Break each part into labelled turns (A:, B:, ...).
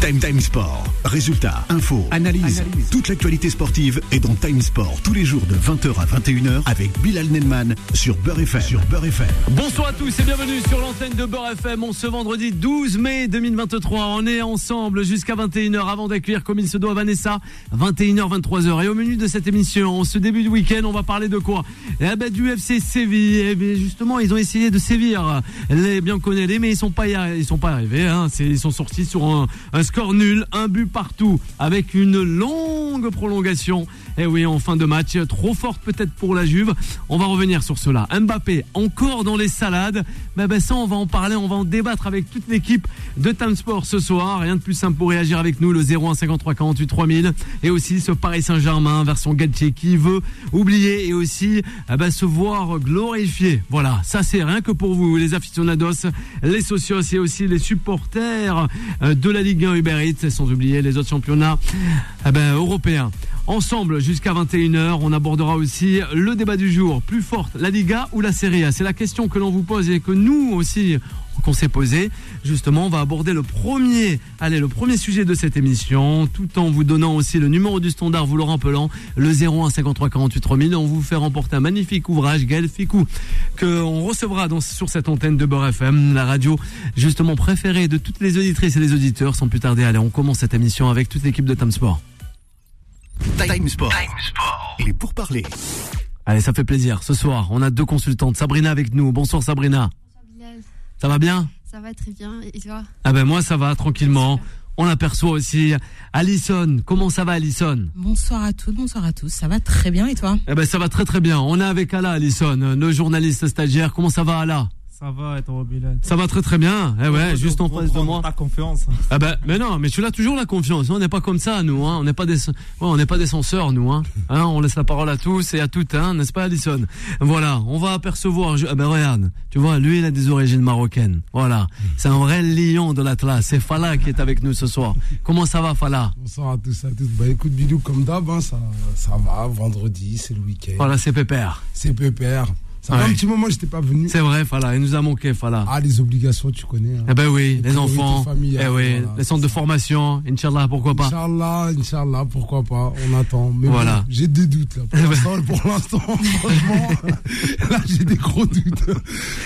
A: Time Time Sport. Résultats, infos, analyse.
B: Analyse.
A: Toute l'actualité sportive est dans Time Sport tous les jours de 20h à 21h avec Bilal Nenman sur Beurre FM. Sur Beurre FM.
C: Bonsoir à tous et bienvenue sur l'antenne de Beurre FM. On ce vendredi 12 mai 2023. On est ensemble jusqu'à 21h avant d'accueillir comme il se doit Vanessa. 21h, 23h. Et au menu de cette émission, en ce début de week-end, on va parler de quoi Eh ben, du FC Séville. Eh bien, justement, ils ont essayé de sévir les Bianconeri, mais ils sont pas, y arri- ils sont pas arrivés. hein. C'est- Ils sont sortis sur un, un score nul, un but partout, avec une longue prolongation. Et Eh oui, en fin de match, trop forte peut-être pour la Juve. On va revenir sur cela. Mbappé, encore dans les salades. Mais ben ça, on va en parler, on va en débattre avec toute l'équipe de Time Sport ce soir. Rien de plus simple pour réagir avec nous, le 01 53 48 3000. Et aussi ce Paris Saint-Germain version Galtier qui veut oublier et aussi eh ben, se voir glorifié. Voilà, ça c'est rien que pour vous, les aficionados, les socios et aussi les supporters euh, de la Ligue 1 Uber Eats, sans oublier les autres championnats eh ben, européens. Ensemble, jusqu'à 21h, on abordera aussi le débat du jour. Plus forte, la Liga ou la Serie A C'est la question que l'on vous pose et que nous aussi, qu'on s'est posé. Justement, on va aborder le premier, allez, le premier sujet de cette émission, tout en vous donnant aussi le numéro du standard, vous le rappelant, le 01 53 48 3000. On vous fait remporter un magnifique ouvrage, Gaël Ficou, que on recevra dans, sur cette antenne de Beurre FM, la radio justement préférée de toutes les auditrices et les auditeurs. Sans plus tarder, allez, on commence cette émission avec toute l'équipe de Tam Sport.
A: Time Sport. Et pour parler.
C: Allez, ça fait plaisir. Ce soir, on a deux consultantes. Sabrina avec nous. Bonsoir Sabrina.
D: Bilal,
C: Ça va bien
D: Ça va très bien, et toi
C: Ah ben moi ça va tranquillement. On aperçoit aussi Alison. Comment ça va Alison
E: Bonsoir à toutes, bonsoir à tous. Ça va très bien et toi
C: Eh ben ça va très très bien. On est avec Ala Alison, le journaliste stagiaire. Comment ça va Ala
F: Ça va, et toi, Bilal
C: Ça va très très bien. Eh ouais, juste en face de
F: Reprendre
C: moi.
F: Ta confiance.
C: Ah ben mais non, mais tu l'as toujours la confiance. On n'est pas comme ça nous hein. On n'est pas des ouais, on n'est pas des censeurs nous hein. Hein, on laisse la parole à tous et à toutes hein, n'est-ce pas Alison Voilà, on va apercevoir je- ah ben regarde, tu vois, lui il a des origines marocaines. Voilà, c'est un vrai lion de l'Atlas. C'est Fala qui est avec nous ce soir. Comment ça va Fala
G: Bonsoir à tous et à toutes. Bah écoute, Bilou, comme d'hab, hein, ça, ça va. Vendredi, c'est le week-end.
C: Voilà, c'est pépère.
G: C'est pépère. Ça
C: Ouais.
G: fait un petit moment que j'étais pas venu.
C: C'est vrai, Fala. Il nous a manqué, Fala.
G: Ah, les obligations, tu connais. hein.
C: eh ben oui,
G: les
C: les enfants.
G: priorités familiales,
C: Eh oui,
G: voilà,
C: les centres de
G: c'est ça.
C: formation. Inch'Allah, pourquoi pas.
G: Inch'Allah, Inch'Allah, pourquoi pas, on attend. Mais
C: Voilà. Eh ben.
G: bon, j'ai des doutes là. Pour l'instant, pour l'instant, franchement, là j'ai des gros doutes.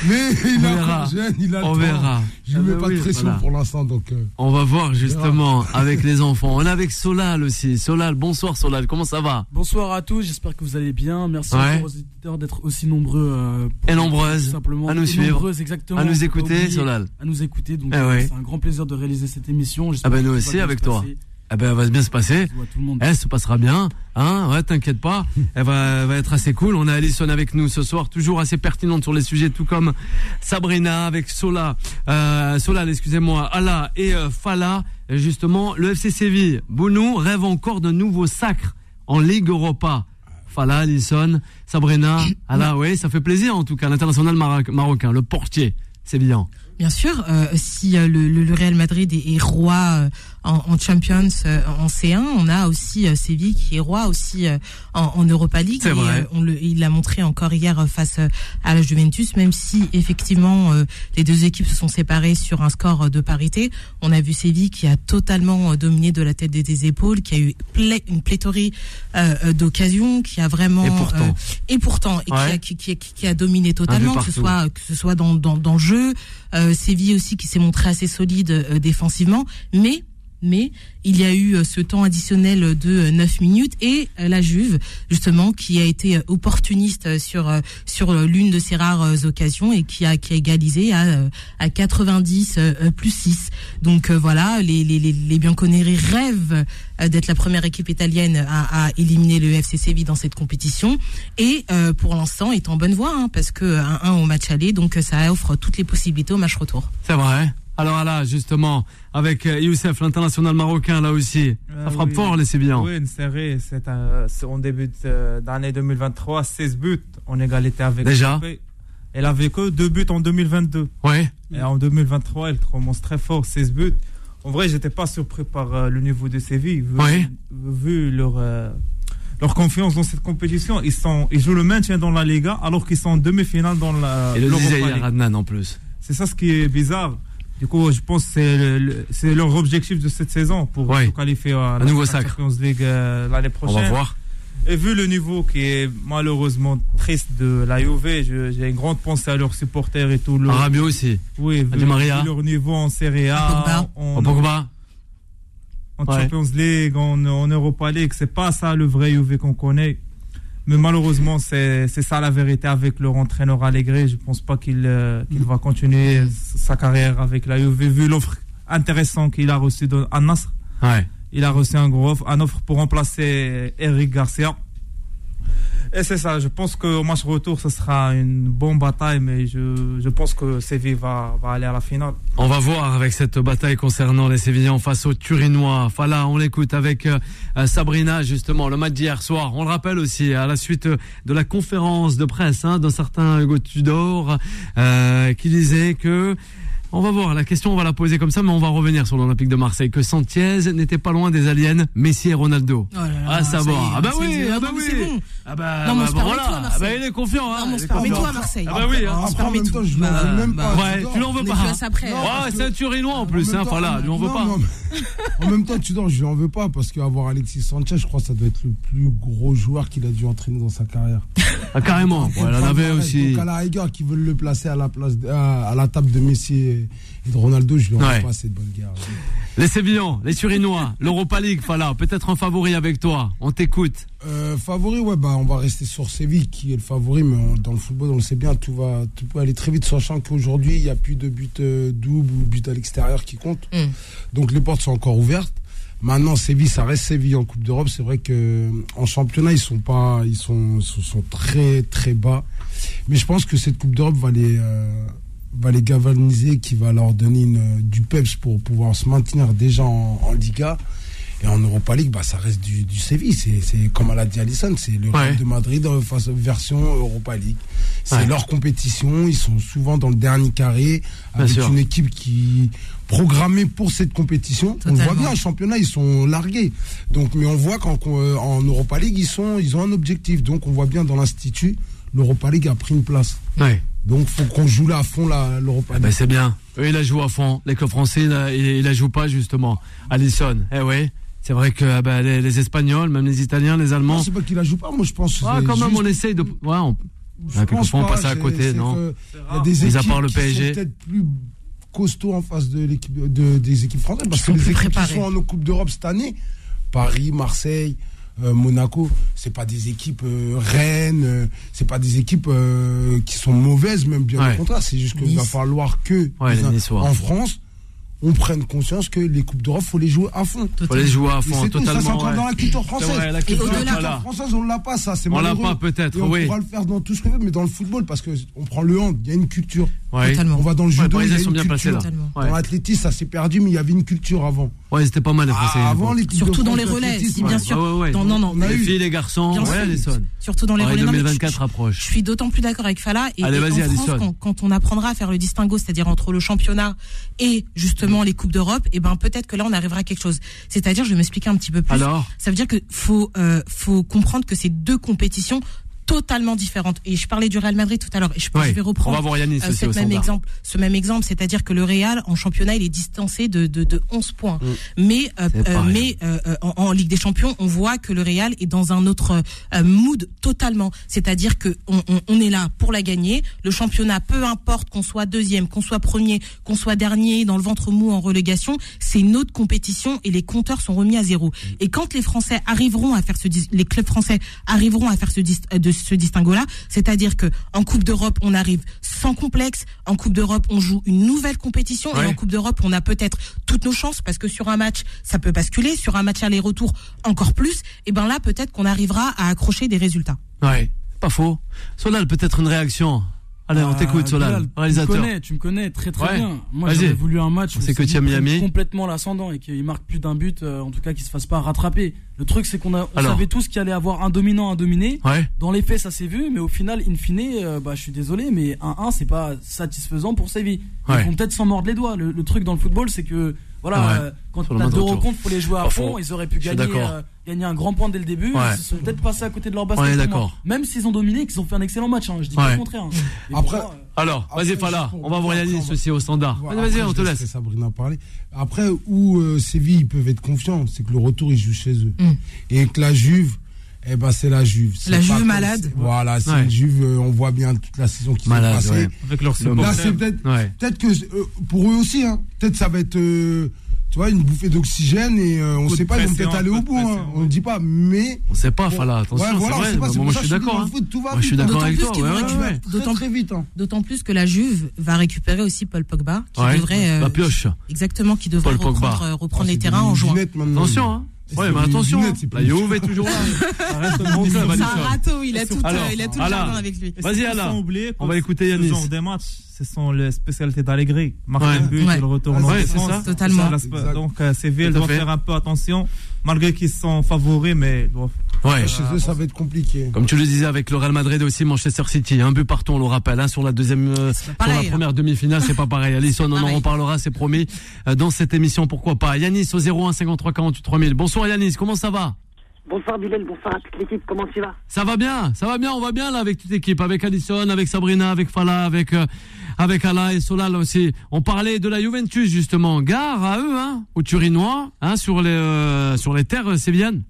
G: Mais il
C: On
G: a
C: verra.
G: encore jeune, il a le
C: On
G: temps.
C: verra.
G: Je
C: Ah
G: lui mets
C: ben
G: pas
C: oui,
G: de pression
C: voilà.
G: pour l'instant, donc euh,
C: On va voir justement avec les enfants. On est avec Solal aussi. Solal, bonsoir Solal, comment ça va
H: Bonsoir à tous, j'espère que vous allez bien. Merci
C: Ouais.
H: encore aux auditeurs d'être aussi nombreux euh, pour-
C: Et nombreuses,
H: tout simplement
C: à nous
H: Et
C: suivre,
H: nombreuses, exactement,
C: À nous écouter,
H: Oubliez,
C: Solal.
H: À nous écouter, donc
C: Eh
H: euh,
C: ouais.
H: c'est un grand plaisir de réaliser cette émission.
C: Ah
H: J'espère
C: ben
H: que
C: nous
H: tout va
C: aussi,
H: bien
C: avec
H: se
C: toi.
H: passer.
C: Eh ben, elle va bien se passer.
H: Bisous à tout le monde.
C: Elle se passera bien, hein Ouais, t'inquiète pas. Elle va, elle va être assez cool. On a Alison avec nous ce soir, toujours assez pertinente sur les sujets, tout comme Sabrina avec Sola, euh, Solal, excusez-moi, Ala et euh, Fala. Et justement, le FC Séville, Bounou rêve encore d'un nouveau sacre en Ligue Europa. Fala, Alison, Sabrina, Ala, oui, ça fait plaisir en tout cas. L'international mara- marocain, le portier sévillan.
E: Bien sûr, euh, si euh, le, le- le Real Madrid est, est roi euh, en, en Champions euh, en C1, on a aussi euh, Séville qui est roi aussi euh, en, en Europa League.
C: C'est
E: Et,
C: vrai.
E: euh, on le, il l'a montré encore hier euh, face euh, à la Juventus, même si effectivement euh, les deux équipes se sont séparées sur un score euh, de parité. On a vu Séville qui a totalement euh, dominé de la tête des, des épaules, qui a eu plé- une pléthorie euh, euh, d'occasions, qui a vraiment
C: Et pourtant.
E: euh, et pourtant et qui
C: Ouais.
E: a- qui, qui- qui- qui a dominé totalement, que ce
C: partout.
E: soit euh, que ce soit dans, dans, dans le jeu, euh, Séville aussi qui s'est montré assez solide euh, défensivement, mais mais il y a eu euh, ce temps additionnel de euh, 9 minutes et euh, la Juve justement qui a été euh, opportuniste euh, sur euh, sur euh, l'une de ses rares euh, occasions et qui a qui a égalisé à euh, à 90 euh, euh, plus 6. Donc euh, voilà, les les les, les Bianconeri rêvent euh, d'être la première équipe italienne à, à éliminer le FC Séville dans cette compétition et euh, pour l'instant est en bonne voie hein, parce que 1-1 au match aller donc euh, ça offre toutes les possibilités au match retour.
C: C'est vrai. Alors là, justement, avec euh, Youssef, l'international marocain, là aussi, ça
F: Ah
C: frappe
F: oui.
C: fort les Sévillans.
F: Oui, une série. C'est un- c'est- on débute euh, d'année 2023, 16 buts en égalité avec.
C: Déjà
F: Mbappé. Elle avait que deux buts en 2022.
C: Ouais.
F: Et en 2023, elle commence très fort, 16 buts. En vrai, j'étais pas surpris par euh, le niveau de Séville, vu,
C: Oui.
F: vu leur, euh, leur confiance dans cette compétition. Ils, sont, ils jouent le maintien dans la Liga alors qu'ils sont en demi-finale dans la
C: Et le
F: l'Europa
C: disait
F: League.
C: hier Adnan en plus.
F: C'est ça ce qui est bizarre. Du coup, je pense que c'est le- le- c'est leur objectif de cette saison pour
C: Ouais.
F: se qualifier à
C: Un nouveau
F: la
C: sacre.
F: Champions League euh, l'année
C: On
F: prochaine.
C: va voir.
F: Et vu le niveau qui est malheureusement triste de la Juve, je- j'ai une grande pensée à leurs supporters et tout. Le,
C: Rabiot Ah, aussi.
F: oui, vu,
C: Di Maria.
F: vu leur niveau en Serie A,
E: Pogba.
F: en,
C: Oh, Pogba.
F: en
C: Ouais.
F: Champions League, en, en Europa League, c'est pas ça le vrai Juve qu'on connaît. Mais malheureusement, c'est c'est ça la vérité avec leur entraîneur Allegri. Je pense pas qu'il euh, qu'il va continuer sa carrière avec la Juve vu l'offre intéressante qu'il a reçue de- à Nasr.
C: Ouais.
F: Il a reçu un gros offre, un offre pour remplacer Eric Garcia. Et c'est ça, je pense qu'au match retour, ce sera une bonne bataille, mais je, je pense que Séville va, va aller à la finale.
C: On va voir avec cette bataille concernant les Sévillans face aux Turinois. Voilà, on l'écoute avec euh, euh, Sabrina justement le match d'hier soir. On le rappelle aussi à la suite euh, de la conférence de presse hein, d'un certain Hugo Tudor euh, qui disait que on va voir, la question on va la poser comme ça, mais on va revenir sur l'Olympique de Marseille. Que Sanchez n'était pas loin des aliens Messi et Ronaldo.
E: Oh là là,
C: Ah, ça
E: y
C: va.
E: est,
C: Ah bah
E: c'est-
C: oui,
E: c'est-
C: ah bah
E: non, mais
C: oui.
E: c'est bon.
C: Ah bah,
E: Non, mais on se
C: bah,
E: permet
C: voilà.
E: tout à Marseille.
C: Ah bah, il est confiant. hein,
E: Non, mais on
C: il
E: se
C: est
E: permet
C: confiant.
E: tout à Marseille.
C: Ah bah oui,
E: On
C: hein.
E: se
G: Après, en
E: permet
G: même
E: tout.
G: temps, je m'en
E: Bah,
G: veux même
E: bah,
G: pas.
C: Ouais, tu l'en veux
E: On
C: pas.
E: est
C: hein.
E: classe après.
G: Non,
C: Ouais,
G: parce
C: c'est
G: que-
C: un Turinois en
G: En
C: plus,
G: même
C: hein.
G: temps,
C: Enfin là,
G: en-
C: lui on veut
G: non,
C: pas.
G: non, mais- en même temps, Tudor, je lui en veux pas parce qu'avoir Alexis Sanchez, je crois que ça doit être le plus gros joueur qu'il a dû entraîner dans sa carrière.
C: Ah, carrément. Ouais, elle en avait
G: Donc,
C: aussi.
G: à la rigueur, qui veulent le placer à la, place de- à, à la table de Messi et et de Ronaldo, je lui en
C: Ouais.
G: veux pas cette bonne guerre.
C: Les Sévillans, les Turinois, l'Europa League, voilà, peut-être un favori avec toi. On t'écoute.
G: Euh, favori, ouais, bah, on va rester sur Séville qui est le favori, mais on- dans le football, on le sait bien, tout va tout peut aller très vite, sachant qu'aujourd'hui, il n'y a plus de but euh, double ou but à l'extérieur qui compte.
E: Mm.
G: Donc les portes sont encore ouvertes. Maintenant, Séville, ça reste Séville en Coupe d'Europe. C'est vrai que euh, en championnat, ils sont pas, ils sont, sont, sont très très bas. Mais je pense que cette Coupe d'Europe va les euh, va les galvaniser, qui va leur donner une- euh, du peps pour pouvoir se maintenir déjà en, en Liga. Et en Europa League, bah, ça reste du, du Séville. C'est, c'est comme elle a dit Alisson, c'est le
C: Ouais.
G: Real de Madrid euh, face- version Europa League. C'est
C: Ouais.
G: leur compétition. Ils sont souvent dans le dernier carré
C: Bien
G: avec
C: sûr.
G: une équipe qui programmée pour cette compétition. On le voit
E: Totalement.
G: bien, en championnat, ils sont largués. Donc, mais on voit qu'en qu'en- euh, en Europa League, ils sont, ils ont un objectif. Donc, on voit bien dans l'institut, l'Europa League a pris une place.
C: Ouais.
G: Donc, faut qu'on joue là à fond la- l'Europa League.
C: Ben c'est bien. Eux, ils la jouent à fond. Les clubs français, là, ils, ils la jouent pas justement. Allison, eh oui. C'est vrai que ah ben, les, les Espagnols, même les Italiens, les
G: Non,
C: Allemands.
G: c'est pas qu'il la joue pas. Moi, je pense.
C: Ah,
G: c'est
C: quand même,
G: juste-
C: on essaye de. Ouais, on-
G: je
C: Ouais, quelquefois, Ah, on passe à
G: c'est-
C: côté,
G: c'est
C: non.
G: que Il y a
F: rare.
G: des
C: Mis
G: équipes
C: à part le
G: qui
C: PSG.
G: sont peut-être plus costauds en face de l'équipe de, des équipes françaises
E: Ils
G: parce que
E: sont
G: les
E: plus
G: équipes qui
E: préparés.
G: sont en Coupe d'Europe cette année, Paris, Marseille, euh, Monaco, c'est pas des équipes euh, Rennes, euh, c'est pas des équipes euh, qui sont mauvaises même bien
C: Ouais.
G: au contraire, c'est juste qu'il va
E: Nice.
G: falloir que
C: Ouais, les
G: les-
C: Niçois.
G: en France on prenne conscience que les coupes d'Europe faut les jouer à fond.
C: Faut les jouer à
G: Et
C: fond,
G: c'est tout, ça c'est
C: totalement.
G: encore
C: ouais.
G: dans la culture française.
C: vrai, la
G: Et
C: culture,
G: dans la
C: voilà.
G: culture française, on l'a pas ça, c'est
C: On l'a
G: malheureux.
C: pas, peut-être,
G: Et on
C: oui.
G: pourra le faire dans tout ce qu'on veut, mais dans le football, parce que on prend le hand, il y a une culture.
C: Ouais.
E: Totalement.
G: On va dans le
C: Ouais, les
G: judo, il y a
C: Parisiens
G: une
C: sont bien passés là.
G: culture.
E: Totalement.
C: Ouais,
G: Dans l'athlétisme, ça s'est perdu, mais il y avait une culture avant.
C: Ouais, ils étaient pas mal les Français.
G: Ah, avant, l'équipe de
E: Surtout dans
G: France
E: les relais,
G: d'athlétisme,
E: si bien
G: ouais.
E: sûr.
C: Ouais, ouais, ouais.
E: Dans- non, non,
G: On a
C: les
G: eu.
C: filles, les garçons.
E: Bien
C: Ouais,
E: sûr.
C: Allison.
E: Surtout dans les
C: Ouais,
E: relais. Non, mais je-
C: 2024
E: Je
C: approche.
E: suis d'autant plus d'accord avec Fala. Et,
C: Allez,
E: et
C: vas-y,
E: en France,
C: Alison.
E: quand, quand on apprendra à faire le distinguo, c'est-à-dire entre le championnat et justement les coupes d'Europe, et ben peut-être que là on arrivera à quelque chose. C'est-à-dire, je vais m'expliquer un petit peu plus.
C: Alors
E: Ça veut dire que faut euh, faut comprendre que c'est deux compétitions totalement différentes. Et je parlais du Real Madrid tout à l'heure. Et je,
C: Ouais.
E: je vais reprendre.
C: On va voir Yanis
E: Euh,
C: aussi
E: cet
C: au
E: même
C: standard.
E: exemple, ce même exemple, c'est-à-dire que le Real en championnat il est distancé de, de, de 11 points, mais euh,
C: Mm. C'est
E: euh,
C: pareil.
E: mais euh, euh, en, en Ligue des Champions on voit que le Real est dans un autre euh, mood totalement, c'est-à-dire que on, on, on est là pour la gagner, le championnat peu importe qu'on soit deuxième, qu'on soit premier, qu'on soit dernier dans le ventre mou en relégation, c'est une autre compétition et les compteurs sont remis à zéro. Et quand les Français arriveront à faire ce dis- les clubs français arriveront à faire ce dis- euh, de ce distinguo-là, c'est-à-dire que en Coupe d'Europe on arrive sans complexe, en Coupe d'Europe on joue une nouvelle compétition
C: Ouais.
E: et en Coupe d'Europe on a peut-être toutes nos chances parce que sur un match ça peut basculer, sur un match aller-retour encore plus. Et ben là peut-être qu'on arrivera à accrocher des résultats.
C: Ouais, pas faux. Solal, peut-être une réaction. Allez, on
H: Euh,
C: t'écoute,
H: Bilal,
C: Solal,
H: Tu me
C: réalisateur.
H: connais, tu me connais très très
C: Ouais.
H: bien. Moi,
C: Vas-y.
H: j'avais voulu un match
C: On
H: où
C: sait que
H: Séville
C: tu aimes
H: prenne
C: Miami.
H: complètement l'ascendant et qu'il marque plus d'un but, euh, en tout cas qu'il se fasse pas rattraper. Le truc, c'est qu'on a, on
C: Alors.
H: savait tous qu'il allait avoir un dominant, un dominé.
C: Ouais,
H: Dans les faits, ça s'est vu, mais au final, in fine, euh, bah, je suis désolé, mais 1-1, c'est pas satisfaisant pour Séville. Ils
C: Ouais.
H: vont peut-être s'en mordre les doigts. Le, le truc dans le football, c'est que voilà,
C: Ouais.
H: euh, quand
C: Sur le
H: t'as
C: mode
H: deux
C: retour.
H: rencontres, faut les jouer à
C: Pas
H: fond.
C: faux.
H: Ils auraient pu
C: Je suis
H: gagner,
C: d'accord.
H: euh, gagner un grand point dès le début.
C: Ouais.
H: Ils se sont peut-être passés à côté de leur
C: On est
H: basket. pour moi.
C: d'accord.
H: Même s'ils ont dominé, qu'ils ont fait un excellent match, hein, je dis pas
C: Ouais.
H: le contraire. hein. Mais
G: Après,
H: pourtant, euh,
C: Alors,
G: Après,
C: vas-y,
G: juste
C: Fala,
G: pour-
C: on va vous réaliser
G: Après, on va-
C: ceci au standard.
G: Voilà,
C: Vas-y, vas-y,
G: après,
C: on
G: je
C: te
G: laisserai
C: laisse.
G: Sabrina parler. Après, où euh, Séville, ils peuvent être confiants, c'est que le retour, ils jouent chez eux.
E: Mm.
G: Et que la Juve, eh ben, c'est la Juve. C'est
E: La
G: pas
E: Juve
G: comme-
E: malade.
G: c'est- Voilà, c'est
C: Ouais.
G: une Juve, euh, on voit bien toute la saison qui s'est
C: Malade,
G: passée.
C: ouais.
F: Avec leur
G: Là, c'est
F: supporter.
G: peut-être
C: Ouais.
G: peut-être que euh, pour eux aussi, hein, peut-être ça va être euh, tu vois, une bouffée d'oxygène et euh, on
F: Coup de
G: sait pas, ils vont
F: pression,
G: peut-être aller
F: coup
G: au
F: de
G: bout, hein,
F: pression,
G: on
F: oui.
G: ne dit pas, mais.
C: On sait pas, Fala,
G: Ouais,
C: attention,
G: voilà,
C: c'est
G: on
C: vrai.
G: sait pas, c'est
C: moi,
G: pour
C: je
G: ça
C: suis
G: que
C: d'accord.
G: dans
C: hein.
G: le foot, tout va
C: Moi, je suis
G: vite.
C: d'accord
E: D'autant
C: avec
E: plus
C: toi.
E: qu'il
C: ouais,
E: faudrait
C: ouais,
E: qu'il
C: ouais.
G: Très, très vite. hein.
E: D'autant plus que la Juve va récupérer aussi Paul Pogba, qui
C: Ouais,
E: devrait euh,
C: La pioche.
E: exactement qui devrait
C: Paul Pogba.
E: reprendre, euh, reprendre
G: Ah,
E: les
G: c'est
E: terrains en
G: devenu une
E: juin.
G: lunette maintenant.
C: Attention, hein.
G: C'est
C: Ouais, mais
G: devenu une
C: attention. hein.
G: lunette, c'est
C: La
G: plus-
C: Juve est toujours là.
F: Ça reste un bon club,
C: va
E: C'est un
C: aller faire.
E: râteau, il a tout, euh,
C: Alors,
E: il a tout
C: voilà.
E: le jardin avec lui.
C: Vas-y,
F: Est-ce qu'ils
C: Alain.
F: sont oubliés
C: On va
F: que
C: écouter
F: Ce
C: Yanis.
F: genre des matchs, ce sont les spécialités d'Allegri. Marquer
C: Ouais.
F: un but,
E: Ouais.
F: et le retour en
G: Ouais,
C: c'est
F: défense.
C: ça.
E: Totalement.
F: C'est la-
G: Exact.
F: Donc, euh, Séville
C: Tout à
F: doit
C: fait.
F: faire un peu attention, malgré qu'ils sont favoris, mais ils doivent euh,
C: Ouais.
G: Chez eux, ça va être compliqué.
C: Comme tu le disais avec le Real Madrid aussi, Manchester City, un but partout, on le rappelle, hein, sur la deuxième, euh, sur la
E: pareil, hein.
C: première demi-finale, c'est pas pareil. Alison, on en
E: pareil.
C: reparlera, c'est promis, euh, dans cette émission, pourquoi pas. Yanis au 01 53 48 3000. Bonsoir Yanis, comment ça va
B: Bonsoir Bilal, bonsoir à toute l'équipe, comment tu vas
C: Ça va bien, ça va bien, on va bien là avec toute l'équipe, avec Alison, avec Sabrina, avec Fala, avec euh, avec Alain et Solal aussi. On parlait de la Juventus justement, gare à eux, hein, aux Turinois, hein, sur les euh, sur les terres euh, sévillanes.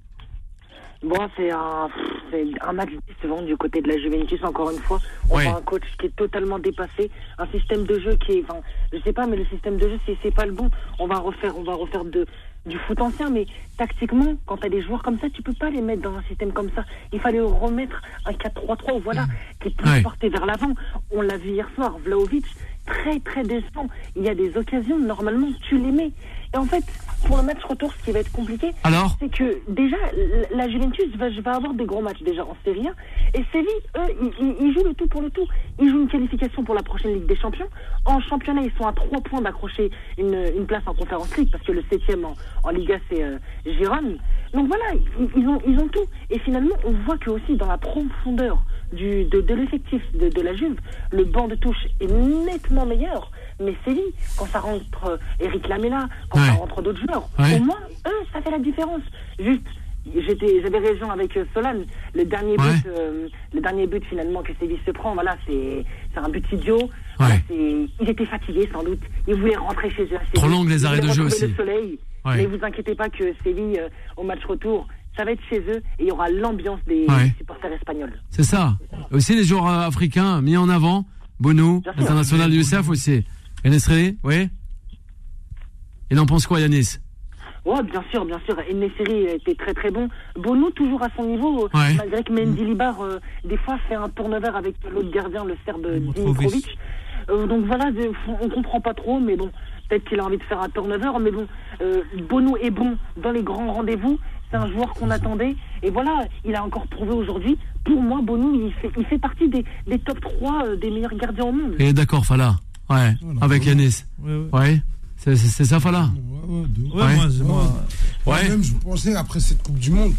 B: Bon, c'est un, pff, c'est un match décevant du côté de la Juventus, encore une fois. On
C: Ouais.
B: a un coach qui est totalement dépassé, un système de jeu qui est... Enfin, je sais pas, mais le système de jeu, c'est, c'est pas le bon. On va refaire, on va refaire de, du foot ancien, mais tactiquement, quand t'as des joueurs comme ça, tu peux pas les mettre dans un système comme ça. Il fallait remettre un 4-3-3, voilà, qui est plus
C: Ouais.
B: porté vers l'avant. On l'a vu hier soir, Vlaovic, très très décevant. Il y a des occasions, normalement, tu les mets. Et en fait, pour le match retour, ce qui va être compliqué,
C: Alors
B: c'est que déjà, l- la Juventus va, va avoir des gros matchs déjà en Serie A. Et Séville, eux, ils, ils- ils jouent le tout pour le tout. Ils jouent une qualification pour la prochaine Ligue des Champions. En championnat, ils sont à trois points d'accrocher une, une place en Conférence League parce que le septième en, en Liga, c'est euh, Gérone. Donc voilà, ils, ils ont, ils ont tout. Et finalement, on voit que aussi dans la profondeur du, de, de l'effectif de, de la Juve, le banc de touche est nettement meilleur. Mais Séville, quand ça rentre euh, Eric Lamela, quand ça
C: Ouais.
B: rentre d'autres joueurs,
C: Ouais.
B: au moins, eux, ça fait la différence. Juste, j'étais, j'avais raison avec euh, Solane. Le dernier
C: Ouais.
B: but, euh, le dernier but finalement que Séville se prend, voilà, c'est, c'est un but idiot. Voilà,
C: Ouais.
B: c'est- il était fatigué sans doute. Il voulait rentrer chez eux. à Séville.
C: Trop longues, les
B: Il
C: arrêts
B: voulait
C: de jeu
B: retrouver
C: aussi.
B: Le soleil.
C: Ouais.
B: Mais vous inquiétez pas que Séville, euh, au match retour, ça va être chez eux et il y aura l'ambiance des
C: Ouais.
B: supporters espagnols.
C: C'est ça. Aussi les joueurs euh, africains mis en avant. Bono,
B: Bien sûr.
C: international Youssef aussi. Enesri, oui. Il en pense quoi, Yanis
B: Ouais, bien sûr, bien sûr. Et Nesseri était très très bon. Bono toujours à son niveau, euh,
C: Ouais. Mm.
B: malgré que Mendy Libar, euh, des fois, fait un turnover avec l'autre gardien, le Serbe Dimitrovic. Euh, donc voilà, de- on comprend pas trop, mais bon, peut-être qu'il a envie de faire un turnover. Mais bon, euh, Bono est bon dans les grands rendez-vous. C'est un joueur qu'on attendait. Et voilà, il a encore prouvé aujourd'hui. Pour moi, Bono, il fait, il fait partie des, des top 3 euh, des meilleurs gardiens au monde.
C: Il est d'accord, Fala. Ouais.
G: Voilà,
C: Avec
G: Bono.
C: Yanis.
F: Ouais, ouais.
C: Ouais. C'est c'est- c'est ça, Fala.
G: Ouais, ouais, de ouf.
F: Ouais, moi, je- moi,
C: Ouais.
G: Même, je pensais, après cette Coupe du Monde,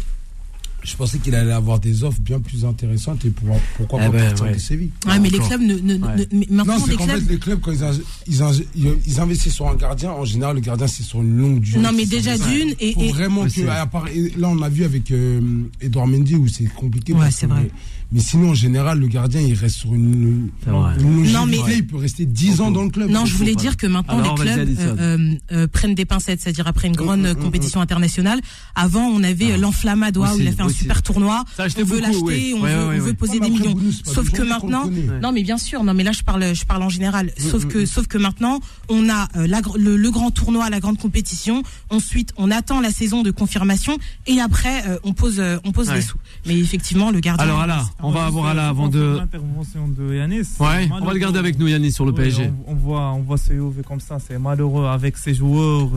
G: je pensais qu'il allait avoir des offres bien plus intéressantes et pouvoir, pourquoi
C: Eh
G: pas
C: ben,
G: partir
C: ouais.
G: de Séville.
E: Ouais, mais les
C: Encore.
E: clubs ne, ne- ne-
C: Ouais.
E: mais maintenant
G: Non, c'est
E: les
G: qu'en
E: clubs.
G: fait, les clubs, quand ils, in- ils, in- ils- ils investissent sur un gardien, en général, le gardien, c'est sur une longue durée.
E: Non, mais
G: C'est
E: déjà
G: ça.
E: d'une et,
G: Faut
E: et-
G: vraiment
C: Ouais,
G: que,
C: c'est-
G: à part- et là, on a vu avec euh, Edouard Mendy où c'est compliqué.
E: Ouais,
G: parce
E: c'est
G: que-
E: vrai.
G: Mais sinon, en général, le gardien, il reste sur une,
C: C'est vrai.
G: une longévité,
E: Non, mais-
G: Il peut rester 10 ans dans le club.
E: Non, je voulais
C: pas.
E: dire que maintenant
C: Alors,
E: les
C: vas-y,
E: clubs
C: Alison.
E: euh, euh, euh, prennent des pincettes, c'est-à-dire après
G: Mm,
E: une grande euh, compétition internationale. Avant, on avait euh, l'enflammadois où
C: Ah. Aussi,
E: il a fait un
C: aussi.
E: super tournoi.
C: Ça achetait
E: on veut
C: beaucoup,
E: l'acheter,
C: oui.
E: on,
C: Ouais,
E: veut,
C: ouais,
E: on veut
C: ouais.
E: poser
G: Ouais, mais
E: des
G: après,
E: millions.
G: Bounous, pas
E: Sauf
G: des
E: que
G: gens qu'on le
E: maintenant,
G: connaît. Mm,
E: non, mais bien sûr, non, mais là je parle, je parle en général. Sauf que, sauf que maintenant, on a euh, la gr- le, le grand tournoi, la grande compétition. Ensuite, on attend la saison de confirmation et après, euh, on pose, euh, on pose
C: Ouais.
E: des sous. Mais effectivement, le gardien.
C: Alors, Alain, on va
F: juste
C: avoir
E: euh,
F: faire
C: Alain avant
F: attention
C: de.
F: à L'intervention de Yanis.
C: Ouais,
F: C'est
C: on va le garder
F: malheureux.
C: avec nous, Yanis, sur le
F: Ouais,
C: PSG.
F: On, on voit, on voit ce Juve comme ça, c'est malheureux avec ses joueurs,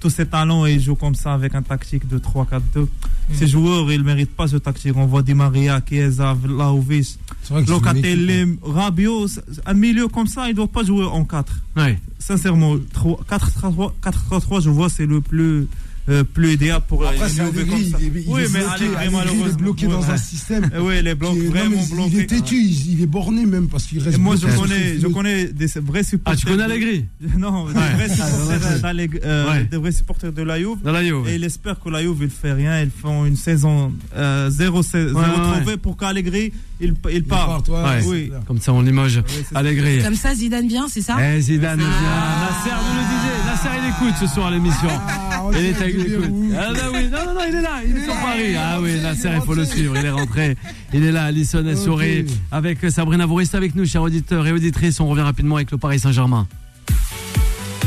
F: tous ses talents, et ils jouent comme ça avec un tactique de 3-4-2.
C: Mm.
F: Ces joueurs, ils méritent pas ce tactique. On voit Di Maria, Chiesa, Vlahovic,
G: C'est vrai que c'est une équipe, hein.
F: Locatelli, Rabiot, un milieu comme ça, ils ne doivent pas jouer en 4.
C: Ouais.
F: Sincèrement, 4-3-3, je vois, c'est le plus euh, plus idéal pour euh,
G: Après, c'est
F: Juve comme
G: Allegri,
F: ça.
G: il est- il
F: Oui,
G: est
F: mais
G: bloqué,
F: Allegri,
G: Allegri, il est
F: malheureusement.
G: bloqué dans
F: Ouais.
G: un système.
F: Eh Oui, les blocs
G: qui est- non, mais
F: vraiment
G: il- il
F: bloqués.
G: est têtu, il, il est borné même parce qu'il
F: Et
G: reste.
F: moi, je
G: bloqué sur
F: connais,
G: ses
F: je
G: pilotes.
F: connais des vrais supporters.
C: Ah, tu connais
F: de-
C: Allegri
F: Non, des
G: Ah,
F: vrais supporters d'Alleg- euh,
C: Ouais.
F: des vrais supporters de la Juve.
C: Dans la Juve.
F: Et il espère que la Juve il fait rien, ils font une saison euh, zéro, zéro
C: Ouais, ouais,
F: trouvé pour qu'Allegri il, il
G: Il part,
F: part.
G: toi,
C: Ouais.
G: c'est
F: Oui.
G: clair.
C: Comme ça, on limoge.
F: c'est ça.
C: Allegri.
E: Comme ça, Zidane vient, c'est ça
C: Eh, Zidane,
F: Ah.
C: viens. Nasser nous le disait. Nasser, il écoute ce soir à l'émission.
G: Ah, on
C: Il
G: dirait
C: est avec
G: du
C: les coudes.
G: Bérou.
C: Ah bah oui, non, non, non, il est là, il est sur
G: là,
C: Paris.
G: il est
C: Ah oui,
G: rentré,
C: Nasser,
G: il est
C: il faut le
G: rentré.
C: suivre, il est rentré. Il est là, Alison Assouré,
G: Ok.
C: avec Sabrina. Vous restez avec nous, chers auditeurs et auditrices. On revient rapidement avec le Paris Saint-Germain.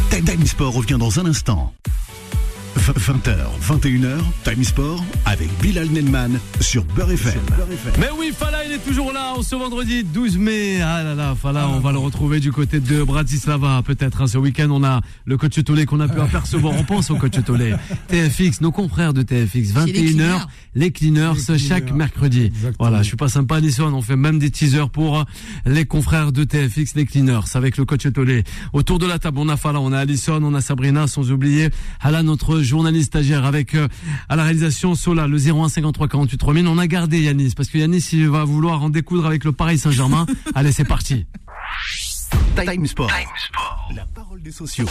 A: Time Sport revient dans un instant. 20h, 21h, Time Sport avec Bilal Nenman sur Beurre FM.
C: Mais oui, Fala, il est toujours là en ce vendredi 12 mai. Ah là là, Fala, on va le retrouver du côté de Bratislava, peut-être. hein. Ce week-end, on a le coach Tolé qu'on a pu apercevoir. On pense au coach Tolé. TFX, nos confrères de TFX,
E: les cleaners.
C: 21h, les cleaners,
G: Les
C: chaque
G: cleaners.
C: mercredi.
G: Exactement.
C: Voilà, je suis pas sympa, Nissan. On fait même des teasers pour euh, les confrères de TFX, les cleaners, avec le coach Tolé. Autour de la table, on a Fala, on a Alison, on a Sabrina, sans oublier Hala, notre journaliste stagiaire, avec euh, à la réalisation Sola, le 01 53 48 3000. On a gardé Yanis, parce que Yanis, il va vouloir en découdre avec le Paris Saint-Germain. Allez, c'est parti.
A: Time Sport. La parole des sociaux.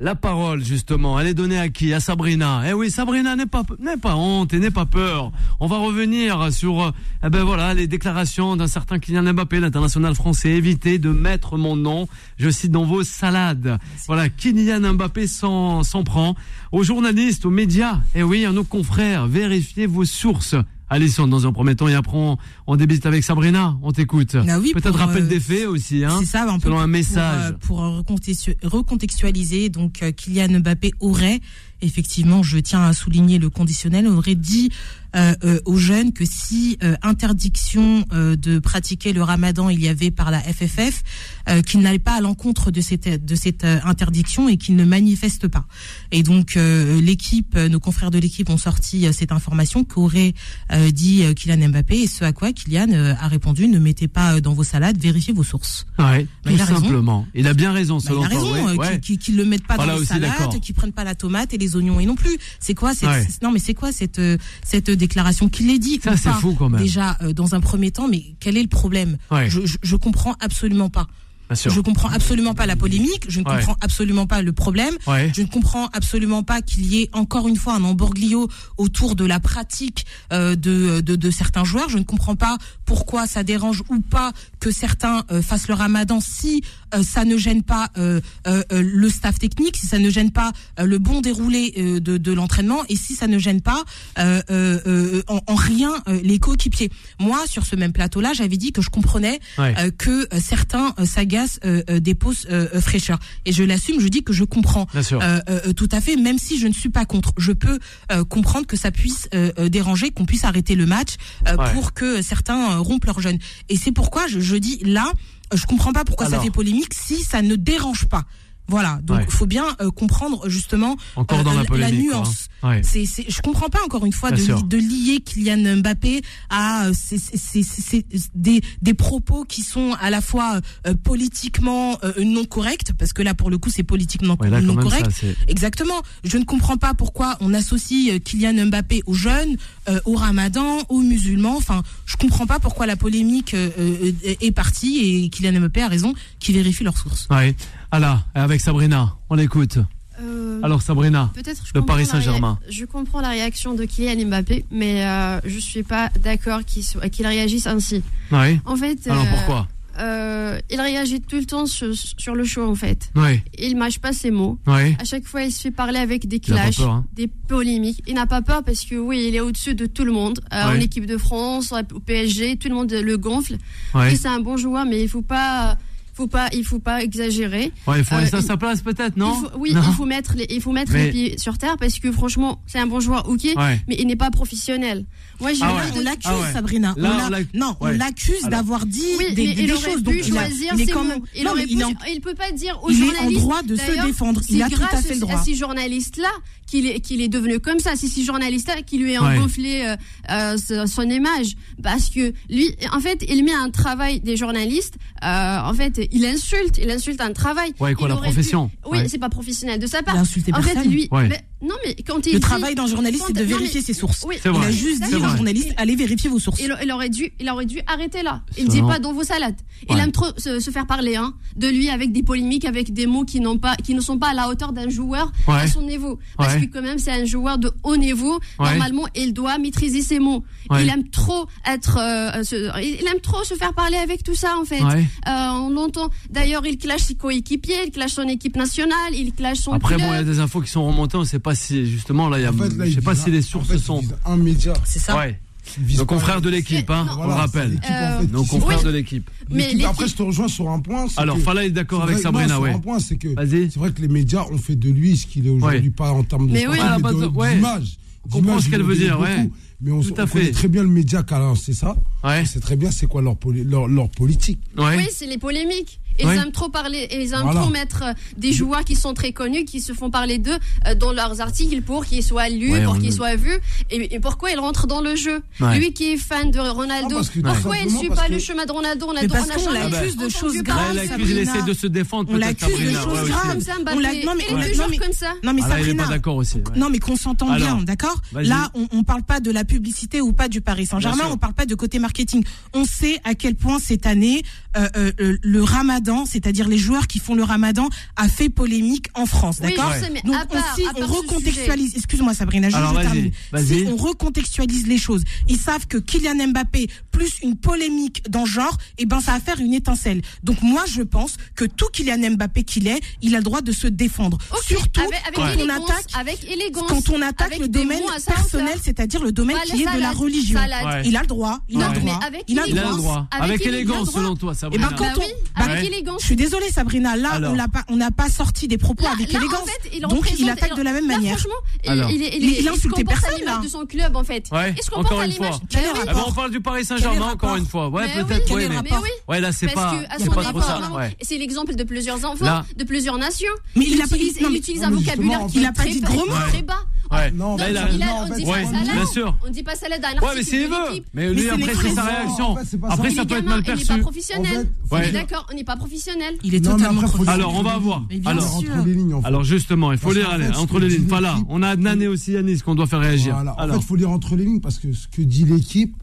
C: La parole, justement, elle est donnée à qui À Sabrina. Eh oui, Sabrina, n'aie pas, n'aie pas honte et n'aie pas peur. On va revenir sur euh, eh ben voilà, les déclarations d'un certain Kylian Mbappé, l'international français. Évitez de mettre mon nom, je cite, dans vos salades. Voilà, Kylian Mbappé s'en s'en prend. Aux journalistes, aux médias, eh oui, à nos confrères, vérifiez vos sources. Alison, dans un premier temps, et après, on, on débute avec Sabrina. On t'écoute.
E: Ah oui,
C: Peut-être
E: pour,
C: rappel
E: euh,
C: des faits aussi, hein,
E: C'est ça, un peu
C: selon un
E: Pour,
C: message.
E: euh, pour recontextu- recontextualiser, donc euh, Kylian Mbappé aurait, effectivement, je tiens à souligner le conditionnel, aurait dit euh, euh, aux jeunes que si euh, interdiction euh, de pratiquer le ramadan il y avait par la FFF, euh, qu'il n'allait pas à l'encontre de cette, de cette euh, interdiction et qu'il ne manifeste pas. Et donc euh, l'équipe, euh, nos confrères de l'équipe ont sorti euh, cette information qu'aurait euh, dit euh, Kylian Mbappé et ce à quoi Kylian euh, a répondu, ne mettez pas euh, dans vos salades, vérifiez vos sources.
C: Ouais,
E: Bah,
C: tout
E: il a raison.
C: simplement. Il a bien raison,
E: Bah,
C: selon
E: il a
C: toi.
E: raison,
C: ouais,
E: euh,
C: ouais.
E: qu'ils qu'ils- qu'ils le mettent pas
C: Voilà
E: dans les
C: aussi, d'accord.
E: salades, qu'ils prennent pas la tomate et les oignons et non plus. C'est quoi cette
C: Ouais.
E: c'est- non mais c'est quoi cette euh, cette déclaration qu'il l'ait dit
C: Ça,
E: ou
C: c'est
E: pas,
C: fou, quand même.
E: Déjà euh, dans un premier temps, mais quel est le problème
C: Ouais.
E: je, je je comprends absolument pas.
C: Bien sûr.
E: Je comprends absolument pas la polémique. Je ne
C: Ouais.
E: comprends absolument pas le problème.
C: Ouais.
E: Je ne comprends absolument pas qu'il y ait encore une fois un emborglio autour de la pratique euh, de, de, de certains joueurs. Je ne comprends pas pourquoi ça dérange ou pas que certains euh, fassent le ramadan si euh, ça ne gêne pas euh, euh, euh, le staff technique, si ça ne gêne pas euh, le bon déroulé euh, de, de l'entraînement et si ça ne gêne pas euh, euh, euh, en, en rien euh, les coéquipiers. Moi, sur ce même plateau-là, j'avais dit que je comprenais
C: Ouais.
E: euh, que euh, certains euh, s'agacent euh, euh, des pauses euh, euh, fraîcheur. Et je l'assume, je dis que je comprends.
C: Bien sûr.
E: Euh, euh, euh, tout à fait, même si je ne suis pas contre. Je peux euh, comprendre que ça puisse euh, euh, déranger, qu'on puisse arrêter le match euh,
C: Ouais.
E: pour que certains euh, rompent leur jeûne. Et c'est pourquoi je, je dis là, euh, je comprends pas pourquoi
C: Alors.
E: ça fait polémique si ça ne dérange pas. Voilà, donc
C: Ouais.
E: faut bien euh, comprendre justement euh,
C: Encore dans la polémique, quoi,
E: nuance.
C: hein. Ouais.
E: C'est, c'est, je comprends pas encore une fois
C: Bien
E: de,
C: sûr.
E: de lier Kylian Mbappé à euh, ces- ces- ces- ces- ces- des, des propos qui sont à la fois euh, politiquement euh, non corrects, parce que là pour le coup c'est politiquement
C: Ouais, là, quand
E: non
C: même, ça,
E: correct.
C: c'est-
E: Exactement. Je ne comprends pas pourquoi on associe euh, Kylian Mbappé aux jeunes, euh, aux ramadans, aux musulmans. Enfin, je comprends pas pourquoi la polémique euh, euh, est partie et Kylian Mbappé a raison, qui vérifie leurs sources.
C: Ouais. Ah là, avec Sabrina, on l'écoute.
D: Euh,
C: Alors Sabrina,
D: peut-être je
C: le
D: comprends
C: Paris
D: la réa-
C: Saint-Germain.
D: Je comprends la réaction de Kylian Mbappé, mais euh, je suis pas d'accord qu'il soit- qu'il réagisse ainsi.
C: ouais.
D: En fait,
C: Alors
D: euh,
C: pourquoi
D: euh, il réagit tout le temps sur, sur le show en fait.
C: Ouais,
D: Il mâche pas ses mots.
C: ouais.
D: À chaque fois, il se fait parler avec des
C: Il a pas
D: clashs,
C: peur, hein.
D: des polémiques. Il n'a pas peur parce que oui, il est au-dessus de tout le monde. Euh, En
C: Ouais.
D: équipe de France, au PSG, tout le monde le gonfle.
C: Ouais.
D: Oui, c'est un bon joueur, mais il faut pas, faut pas, il faut pas exagérer.
C: Ouais, il faut
D: Euh,
C: laisser à
D: il-
C: sa place peut-être, non
D: Il faut- oui,
C: Non.
D: il faut mettre, les, il faut mettre
C: Mais-
D: les pieds sur terre parce que franchement, c'est un bon joueur, ok,
C: Ouais.
D: mais il n'est pas professionnel. Moi, j'ai
C: Ah
D: marre
C: ouais.
D: de-
E: On l'accuse,
C: Ah ouais.
E: Sabrina.
C: Là,
E: on l'a-
C: on l'ac-
E: Non,
C: ouais.
E: on l'accuse
C: Alors.
E: d'avoir dit
D: Oui,
E: des,
D: mais
E: des
D: il aurait
E: choses.
D: pu
E: Donc il, a-
D: choisir
E: il est
D: ses
E: quand
D: mots.
E: même.
D: Il,
E: non,
D: aurait
E: mais il
D: pu-
E: est en-
D: il peut pas dire aux
E: il est en
D: journalistes.
E: droit de se
D: D'ailleurs,
E: défendre.
D: c'est
E: Il a tout
D: grâce
E: à fait le droit.
D: à ces journalistes-là qu'il est, qu'il est devenu comme ça. C'est ces journalistes-là qui lui ont
C: Ouais.
D: gonflé euh, euh, ce- son image. Parce que lui, en fait, il met un travail des journalistes. euh, en fait, il insulte. Il insulte un travail.
C: Ouais, quoi,
D: Il
C: la
D: aurait pu-
C: profession.
D: Oui,
C: Ouais.
D: c'est pas professionnel de sa
E: Il
D: part.
E: a insulté
D: En fait,
E: personne.
D: lui,
C: Ouais.
D: mais Non, mais quand il
E: Le
D: dit-
E: travail d'un journaliste,
D: quand-
E: c'est de
D: non, mais-
E: vérifier ses sources.
D: Oui.
C: C'est
E: Il
C: vrai.
E: a juste
D: C'est
E: dit
C: vrai.
E: aux journalistes, allez vérifier vos sources.
D: Il, il aurait dû, il aurait dû arrêter là. Il
C: C'est
D: dit
C: vrai.
D: pas dans vos salades. Il
C: Ouais.
D: aime trop se, se faire parler hein, de lui avec des polémiques, avec des mots qui n'ont pas, qui ne sont pas à la hauteur d'un joueur à
C: Ouais.
D: son niveau. Parce que
C: Ouais.
D: quand même, c'est un joueur de haut niveau.
C: Ouais.
D: Normalement, il doit maîtriser ses mots.
C: Ouais.
D: Il aime trop être, euh, se- il aime trop se faire parler avec tout ça en fait.
C: Ouais.
D: Euh, on l'entend. D'ailleurs, il clash ses coéquipiers, il clash son équipe nationale, il clash son
C: Après, bon, il y a
D: club.
C: des infos qui sont remontées. On sait pas si, justement, là, il y a,
G: En fait, là,
C: je sais
G: ils
C: pas
G: visent
C: si
G: un-
C: les
G: en
C: sources
G: fait, ils
C: sont.
G: visent Un média.
E: C'est ça.
C: Ouais.
G: Ils visent
C: Nos
G: pas-
C: confrères de l'équipe, hein,
G: Voilà,
C: on
G: c'est
C: rappelle.
G: l'équipe, en
D: Euh,
G: fait,
C: Nos
G: qui sont-
C: confrères
D: Oui.
C: de l'équipe.
D: Mais
G: L'équipe- Après,
D: l'équipe-
G: je te rejoins sur un point. c'est
C: Alors,
G: que-
C: Fala est d'accord avec
G: C'est vrai- non,
C: Sabrina,
G: sur
C: ouais.
G: un point, c'est que
C: Vas-y.
G: c'est vrai que les médias ont fait de lui ce qu'il est aujourd'hui,
C: Ouais.
G: pas en termes de
D: Mais oui.
G: santé,
C: Voilà,
G: mais
C: pas
G: de-
C: de- ouais.
G: d'image.
C: On comprend
G: D'image,
C: ce qu'elle
G: ils
C: veut
G: l'ont
C: dire,
G: donné
C: ouais.
G: beaucoup. Mais on,
C: Tout à
G: on connaît
C: fait.
G: très bien le média qu'Alain, c'est ça.
C: Ouais.
G: On sait très bien c'est quoi leur, poli- leur, leur politique.
C: Ouais.
D: Oui, c'est les polémiques. Ils
C: Ouais.
D: aiment trop parler, et ils aiment
G: Voilà.
D: trop mettre euh, des joueurs qui sont très connus, qui se font parler d'eux euh, dans leurs articles pour qu'ils soient lus,
C: Ouais,
D: pour
C: on-
D: qu'ils soient vus, et, et pourquoi ils rentrent dans le jeu.
C: Ouais.
D: Lui qui est fan de Ronaldo,
G: Ah, parce que tout
D: pourquoi il ne
G: simplement
D: suit
G: parce
D: pas
G: que-
D: le chemin de Ronaldo Ah, bah, On a,
E: Mais
D: on
E: parce
D: a
E: qu'on
D: jamais
E: l'accuse de
D: entendu
E: choses
D: parler.
C: Ouais,
E: graves,
C: l'accuse, il
E: Sabrina.
C: essaie de se défendre,
E: On
C: peut-être,
E: l'accuse de
C: Sabrina.
E: choses
C: ouais, aussi.
E: graves.
D: Comme ça,
E: On
D: Mbappé,
E: l'a- non, mais
D: il
E: on
D: est
E: l'a-
D: toujours
E: non, mais-
D: comme ça.
E: Non mais
C: Ah, là, il est
E: Sabrina,
C: pas d'accord aussi. ouais.
E: Non, mais qu'on s'entende
C: Alors,
E: bien, d'accord
C: vas-y.
E: Là, on, on parle pas de la publicité ou pas du Paris
C: Bien
E: Saint-Germain,
C: sûr.
E: on parle pas de côté marketing. On sait à quel point cette année, euh, euh, euh, le ramadan, c'est-à-dire les joueurs qui font le ramadan, a fait polémique en France,
D: Oui,
E: d'accord
D: je sais, mais
E: Donc,
D: à
E: on,
D: part-
E: si
D: à
E: on
D: part ce
E: recontextualise, excuse-moi Sabrina, je,
C: Alors,
E: je
C: vas-y,
E: termine.
C: vas-y.
E: Si on recontextualise les choses, ils savent que Kylian Mbappé plus une polémique dans le genre, et ben ça va faire une étincelle. Donc moi, je pense que tout Kylian Mbappé qu'il est, il a le droit de se défendre.
D: Ok,
E: Surtout
D: avec, avec
E: quand on
D: élégance,
E: attaque
D: avec élégance,
E: quand on attaque
D: avec
E: le
D: des
E: domaine
D: mots à sa
E: personnel,
D: hauteur.
E: c'est-à-dire le domaine
D: Pas la
E: qui est de la
D: salade,
E: religion.
D: salade.
C: Ouais.
E: Il a le droit, il a
C: Ouais.
E: le droit,
D: Mais avec
E: il a le
C: Il a le
E: droit.
C: droit.
D: Avec
C: Avec
D: élégance,
C: élégance,
D: droit.
C: selon toi,
E: Eh
C: Sabrina.
E: ben, quand
D: Bah
E: on-
D: oui,
E: Bah
D: avec
C: ouais.
E: Je
D: élégance.
E: suis désolée Sabrina, là
C: Alors.
E: on l'a pas, on n'a pas sorti des propos
D: Là-
E: avec
D: là, en
E: élégance.
D: fait, il
E: Donc il
D: représente-
E: attaque de la même
D: là,
E: manière.
D: Franchement, il-
C: Alors.
D: il, est- il,
E: Il-
D: est-
E: il insulte
D: se comporte à
E: personne,
D: l'image
E: là.
D: de son club en fait.
C: Ouais,
D: Il se comporte
C: encore
D: à
C: une
D: l'image.
C: fois.
E: Quel est
D: Bah
E: le
D: oui.
C: Ah
E: rapport
C: ben, on parle du Paris
E: Quel est
C: Saint-Germain
E: le
C: encore
E: rapport
C: une fois. Ouais,
D: Mais oui,
C: peut-être.
E: quel
C: ouais,
E: est le
C: mais-
E: rapport
C: Ouais, là, c'est
D: Parce
C: pas.
D: que à
C: C'est
D: son hein,
C: pas trop
D: rapport,
C: ça.
D: vraiment,
C: ouais.
D: c'est l'exemple de plusieurs enfants,
C: Là.
D: de plusieurs nations.
E: Mais il a pas-
D: utilise,
E: il- non,
D: il
E: mais-
D: utilise
G: non,
D: un
G: mais
D: vocabulaire
G: justement,
D: qui
G: en
D: est
E: fait-
D: très,
E: il a pas dit gros
D: très bas.
C: Ouais.
G: Non,
D: Donc,
C: là,
D: il
C: il
D: a,
C: a-
G: non, en
D: on
G: fait,
D: dit
G: c'est
D: pas
G: pas
D: ça
G: normal.
D: là.
C: Bien sûr.
D: On dit pas ça là d'un
C: Ouais, mais
D: article
C: s'il
D: de
C: veut.
D: l'équipe.
C: Mais
E: Mais
C: lui,
E: c'est
C: après,
E: les
C: c'est
E: raisons.
C: sa réaction.
G: En fait, c'est pas ça.
C: Après,
G: Il
C: ça
D: Il est
C: peut être
D: gamin,
C: mal
D: Il
C: perçu.
D: n'est pas professionnel.
G: En fait,
D: On est
C: Ouais.
D: d'accord, on n'est pas professionnel.
E: Il est
G: Non, mais
E: totalement
G: après, faut
E: professionnel.
C: Alors, on va voir.
E: Mais bien
C: Alors,
E: sûr.
G: Entre les lignes, en fait.
C: alors justement, il faut
G: Parce
C: lire
G: qu'en
C: allez,
G: fait,
C: entre
G: ce
C: les
G: que
C: lignes.
G: dit
C: Pas là.
G: l'équipe-
C: On a Adnan et aussi Yanis qu'on doit faire réagir.
G: Voilà. En
C: Alors,
G: fait, il faut lire entre les lignes parce que ce que dit l'équipe,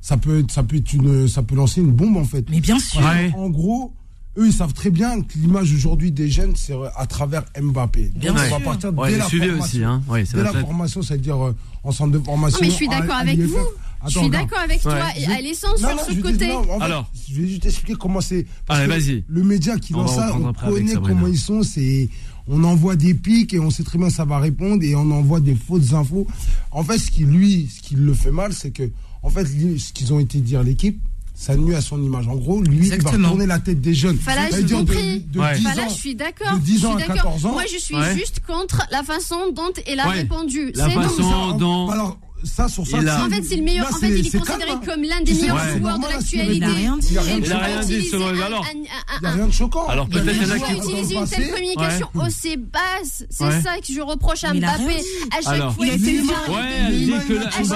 G: ça peut, être- ça peut être une, ça peut lancer une bombe en fait.
E: Mais bien sûr.
C: Ouais.
G: En gros, eux, ils savent très bien que l'image aujourd'hui des jeunes, c'est à travers Mbappé. Donc,
E: Bien
G: on
E: sûr.
G: va partir dès
C: Ouais, le
G: la
C: suivi
G: formation.
C: aussi, hein. Ouais, ça
G: dès
C: va
G: la
C: être-
G: formation, c'est-à-dire euh, en centre de formation.
D: Non, mais je suis d'accord
G: à- à
D: avec
G: l'IFF.
D: vous. Je
G: Attends,
D: suis
G: regarde.
D: d'accord avec toi
G: Je-
D: et à l'essence
G: Non,
D: sur
G: non,
D: ce
G: je vais te-
D: côté.
G: non, en fait,
C: Alors.
G: je vais juste t'expliquer comment c'est. parce
C: Allez,
G: que
C: vas-y.
G: Le média qui
C: On
G: lance
C: va
G: ça,
C: reprendre
G: on
C: après avec
G: connaît
C: Sabrina.
G: comment ils sont. C'est, on envoie des pics et on sait très bien ça va répondre et on envoie des fausses infos. En fait, ce qui lui, ce qui le fait mal, c'est que, en fait, lui, ce qu'ils ont été dire l'équipe. Ça nuit à son image. En gros, lui, il
E: Exactement.
G: va tourner la tête des jeunes.
D: Fallait,
G: C'est-à-dire
D: j'ai
G: de-
D: compris.
G: de
C: Ouais.
G: 10
D: Voilà,
G: ans.
D: je suis d'accord.
G: de 10
D: je suis
G: ans à
D: d'accord.
G: 14 ans.
D: Moi, je suis
C: Ouais.
D: juste contre la façon dont il a
C: Ouais.
D: répondu.
C: La
D: C'est
C: façon-
D: tout.
C: Sans
G: Ça, en-
C: dents.
G: Alors, ça, sur ça,
C: Il a-
D: En fait, c'est le meilleur.
G: Là,
D: en fait, il est,
G: c'est
D: considéré
G: calme, hein.
D: comme l'un des
G: C'est
D: meilleurs
G: normal,
C: c'est
D: joueurs de
G: normal, là,
D: l'actualité.
E: Il a rien dit.
G: Il a rien
D: Et
G: dit.
D: tu
C: Il a
D: peux
C: rien dit,
D: utiliser
C: selon les
D: un-
C: valeurs.
D: un- un-
G: Il n'y a rien de choquant.
C: Alors,
G: Il y a
C: peut-être il
G: des
C: y en a
G: joueurs
C: qui-
G: dans le
D: utiliser une
G: passé.
D: telle communication aussi basse. C'est
C: Ouais.
D: ça que je reproche à
E: Mais il a rien
D: Mbappé.
E: dit.
D: À chaque
C: Alors.
D: fois,
E: Il a été
D: dit
E: humain.
D: ça.
C: Ouais, elle dit que
D: À chaque fois,
C: là,
D: il
C: Mbappé.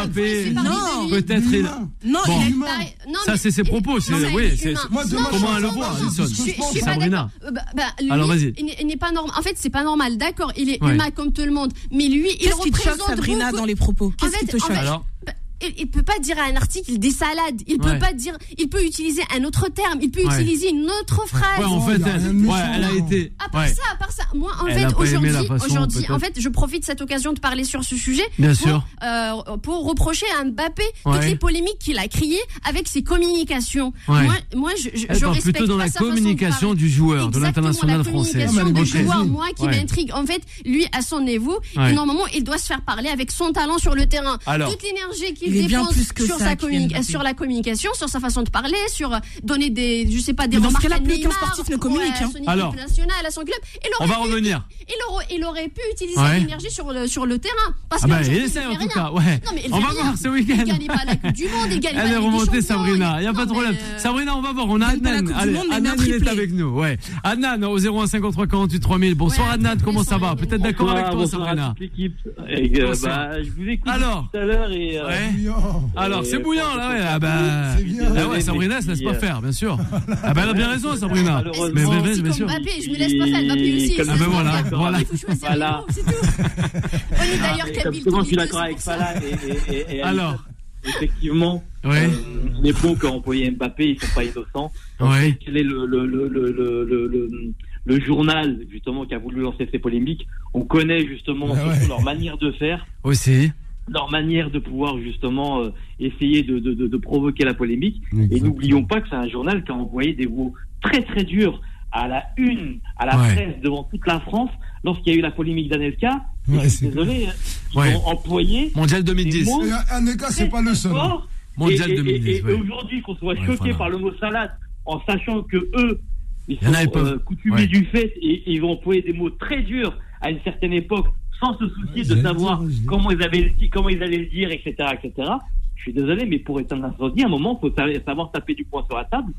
D: s'est parlé
E: Non.
D: de lui.
C: Peut-être il.
G: Humain.
E: Non,
C: Bon.
E: il a-
D: Bah, non,
C: Ça,
D: mais-
C: c'est ses propos, c'est-
D: Non, mais
C: oui,
D: il est
C: c'est-
D: humain.
G: Moi,
D: Non,
G: demain,
D: mais-
C: Comment
G: je
C: elle le
G: suis
C: voit,
G: en train de-
C: Alison
G: je
D: Je suis- je suis
G: pense,
D: pas
C: Sabrina.
D: d'accord. Euh, bah, bah, lui,
C: Alors, vas-y.
D: Il n'est- il n'est pas normal. En fait, c'est pas normal. D'accord, il est
C: Ouais.
D: humain comme tout le monde. Mais lui, il
E: Qu'est-ce qui te choque
D: représente
E: Sabrina
D: beaucoup-
E: dans les propos
D: En
E: Qu'est-ce
D: fait,
E: qui te
D: en
E: choque
D: fait,
C: Alors
D: bah, il, il peut pas dire à un article des salades. Il peut
C: Ouais.
D: pas dire. Il peut utiliser un autre terme. Il peut
C: Ouais.
D: utiliser une autre phrase.
C: Ouais, en fait,
G: y a rien de
C: elle,
G: méchant
C: ouais, elle a
G: là-dedans.
C: été.
D: À part
C: Ouais.
D: ça, à part ça, moi en
C: Elle a
D: fait
C: pas aimé
D: aujourd'hui,
C: la façon,
D: aujourd'hui,
C: peut-être.
D: en fait, je profite de cette occasion de parler sur ce sujet
C: Bien
D: pour,
C: sûr.
D: euh, pour reprocher à Mbappé
C: Ouais.
D: toutes les polémiques qu'il a criées avec ses communications.
C: Ouais.
D: Moi, moi, je, je,
C: Elle
D: je
C: parle
D: respecte
C: plutôt dans
D: pas
C: la
D: sa façon de
C: communication
D: parler.
C: du joueur, de
D: Exactement,
C: l'international
D: la
C: français.
D: communication
G: Ah, mais
D: du
G: elle est
D: joueur,
G: bourgeoisie.
D: moi qui
C: Ouais.
D: m'intrigue. En fait, lui à son niveau,
C: Ouais.
D: et normalement, il doit se faire parler avec son talent sur le terrain.
C: Alors.
D: Toute l'énergie
E: Il est
D: qu'il
E: bien
D: dépense
E: plus que
D: sur,
E: ça,
D: sa
E: Kylian
D: communi-
E: Mbappé.
D: sur la communication, sur sa façon de parler, sur euh, donner des, je sais pas, des
E: Mais dans ce
D: remarques
E: cas-là,
D: à
E: plus aucun
D: Neymar,
E: sportif ne
D: ou à
E: communique, hein.
D: son équipe
C: Alors.
D: nationale, à son club. Il
C: On
D: aurait
C: va
D: pu-
C: revenir.
D: il aurait, il aurait pu utiliser
C: Ouais.
D: l'énergie sur le, sur le terrain. Parce
C: Ah
D: que
C: bah, il
D: aujourd'hui,
C: essaie
D: fait
C: en tout
D: rien.
C: cas. Ouais.
D: Non, mais il
C: On
D: fait
C: va
D: rien.
C: voir ce week-end.
D: Il gagne pas la Coupe du Monde, il gagne pas
C: Elle est
D: la Ligue des
C: remontée,
D: Champions,
C: Sabrina. Il n'y a
D: non,
C: pas de
D: mais,
C: problème.
D: euh,
C: Sabrina, on va voir. On a
E: gagne pas la
C: Adnan.
E: Coupe du
C: Allez,
E: Monde, mais
C: Adnan,
E: bien
C: il est
E: triplé.
C: avec nous. Ouais. Adnan, au 01 53 48 3000. Bonsoir,
D: Ouais,
C: Adnan. Comment ça va
D: bonsoir,
C: Peut-être d'accord avec toi,
I: Bonsoir, bonsoir à
C: Sabrina
I: toute l'équipe. Et, euh,
C: Bonsoir.
I: bah, je vous écoute
C: Alors
I: tout à l'heure et euh,
C: Ouais.
G: bouillant.
I: Et
C: Alors,
I: euh,
C: c'est bouillant, là, ouais. Ah bah,
G: C'est bien.
C: ah ouais, Sabrina, elle se laisse pas faire, bien sûr. Ah bah, elle a bien raison, Sabrina.
I: Malheureusement,
C: Mais, mais,
D: C'est
C: mais, bien
D: comme
C: sûr.
D: Mbappé, je me laisse pas faire. Mbappé aussi.
I: Comme-
D: je
C: Ah
D: me
C: ben
D: laisse
C: voilà,
D: pas faire.
C: voilà.
D: Il faut choisir les
I: Voilà.
D: mots, c'est tout. On est d'ailleurs
I: Et
D: Kabyle.
I: comme souvent,
D: tous
I: je suis
D: les deux,
I: d'accord
D: c'est
I: avec
D: pour ça.
I: Fala et, et- et- et
C: Alors,
I: effectivement,
C: ouais,
I: euh, les mots qu'a employé Mbappé, ils sont pas innocents.
C: ouais.
I: quel est le, le, le, le, le, le- le- le journal justement qui a voulu lancer ces polémiques. On connaît justement
G: Ah
I: surtout
G: ouais.
I: leur manière de faire,
C: Aussi.
I: leur manière de pouvoir justement euh, essayer de, de, de, de provoquer la polémique. Et n'oublions pas que c'est un journal qui a envoyé des mots très très durs à la une, à la
C: Ouais.
I: presse devant toute la France lorsqu'il y a eu la polémique d'Anelka. et
G: Ouais,
I: je suis
G: c'est-
I: désolé, hein, ils
C: Ouais.
I: ont employé
C: Mondial 2010.
I: Des mots
G: Et un- Un des gars, c'est pas le seul.
I: fort
C: Mondial
I: et, et-
C: 2010.
I: et- et
C: ouais.
I: aujourd'hui, qu'on soit
C: Ouais,
I: choqué
C: voilà.
I: par le mot salade, en sachant que eux, ils
C: Il y en
I: sont
C: a, ils peuvent.
I: euh, coutumés
C: Ouais.
I: du fait et ils vont employer des mots très durs à une certaine époque, sans se soucier
G: Ouais,
I: de
G: j'allais
I: savoir
G: dire, ouais, je dis.
I: comment ils avaient le di- comment ils allaient le dire, etc., etc. Je suis désolé, mais pour éteindre l'incendie, à un moment, faut sa- savoir taper du poing sur la table.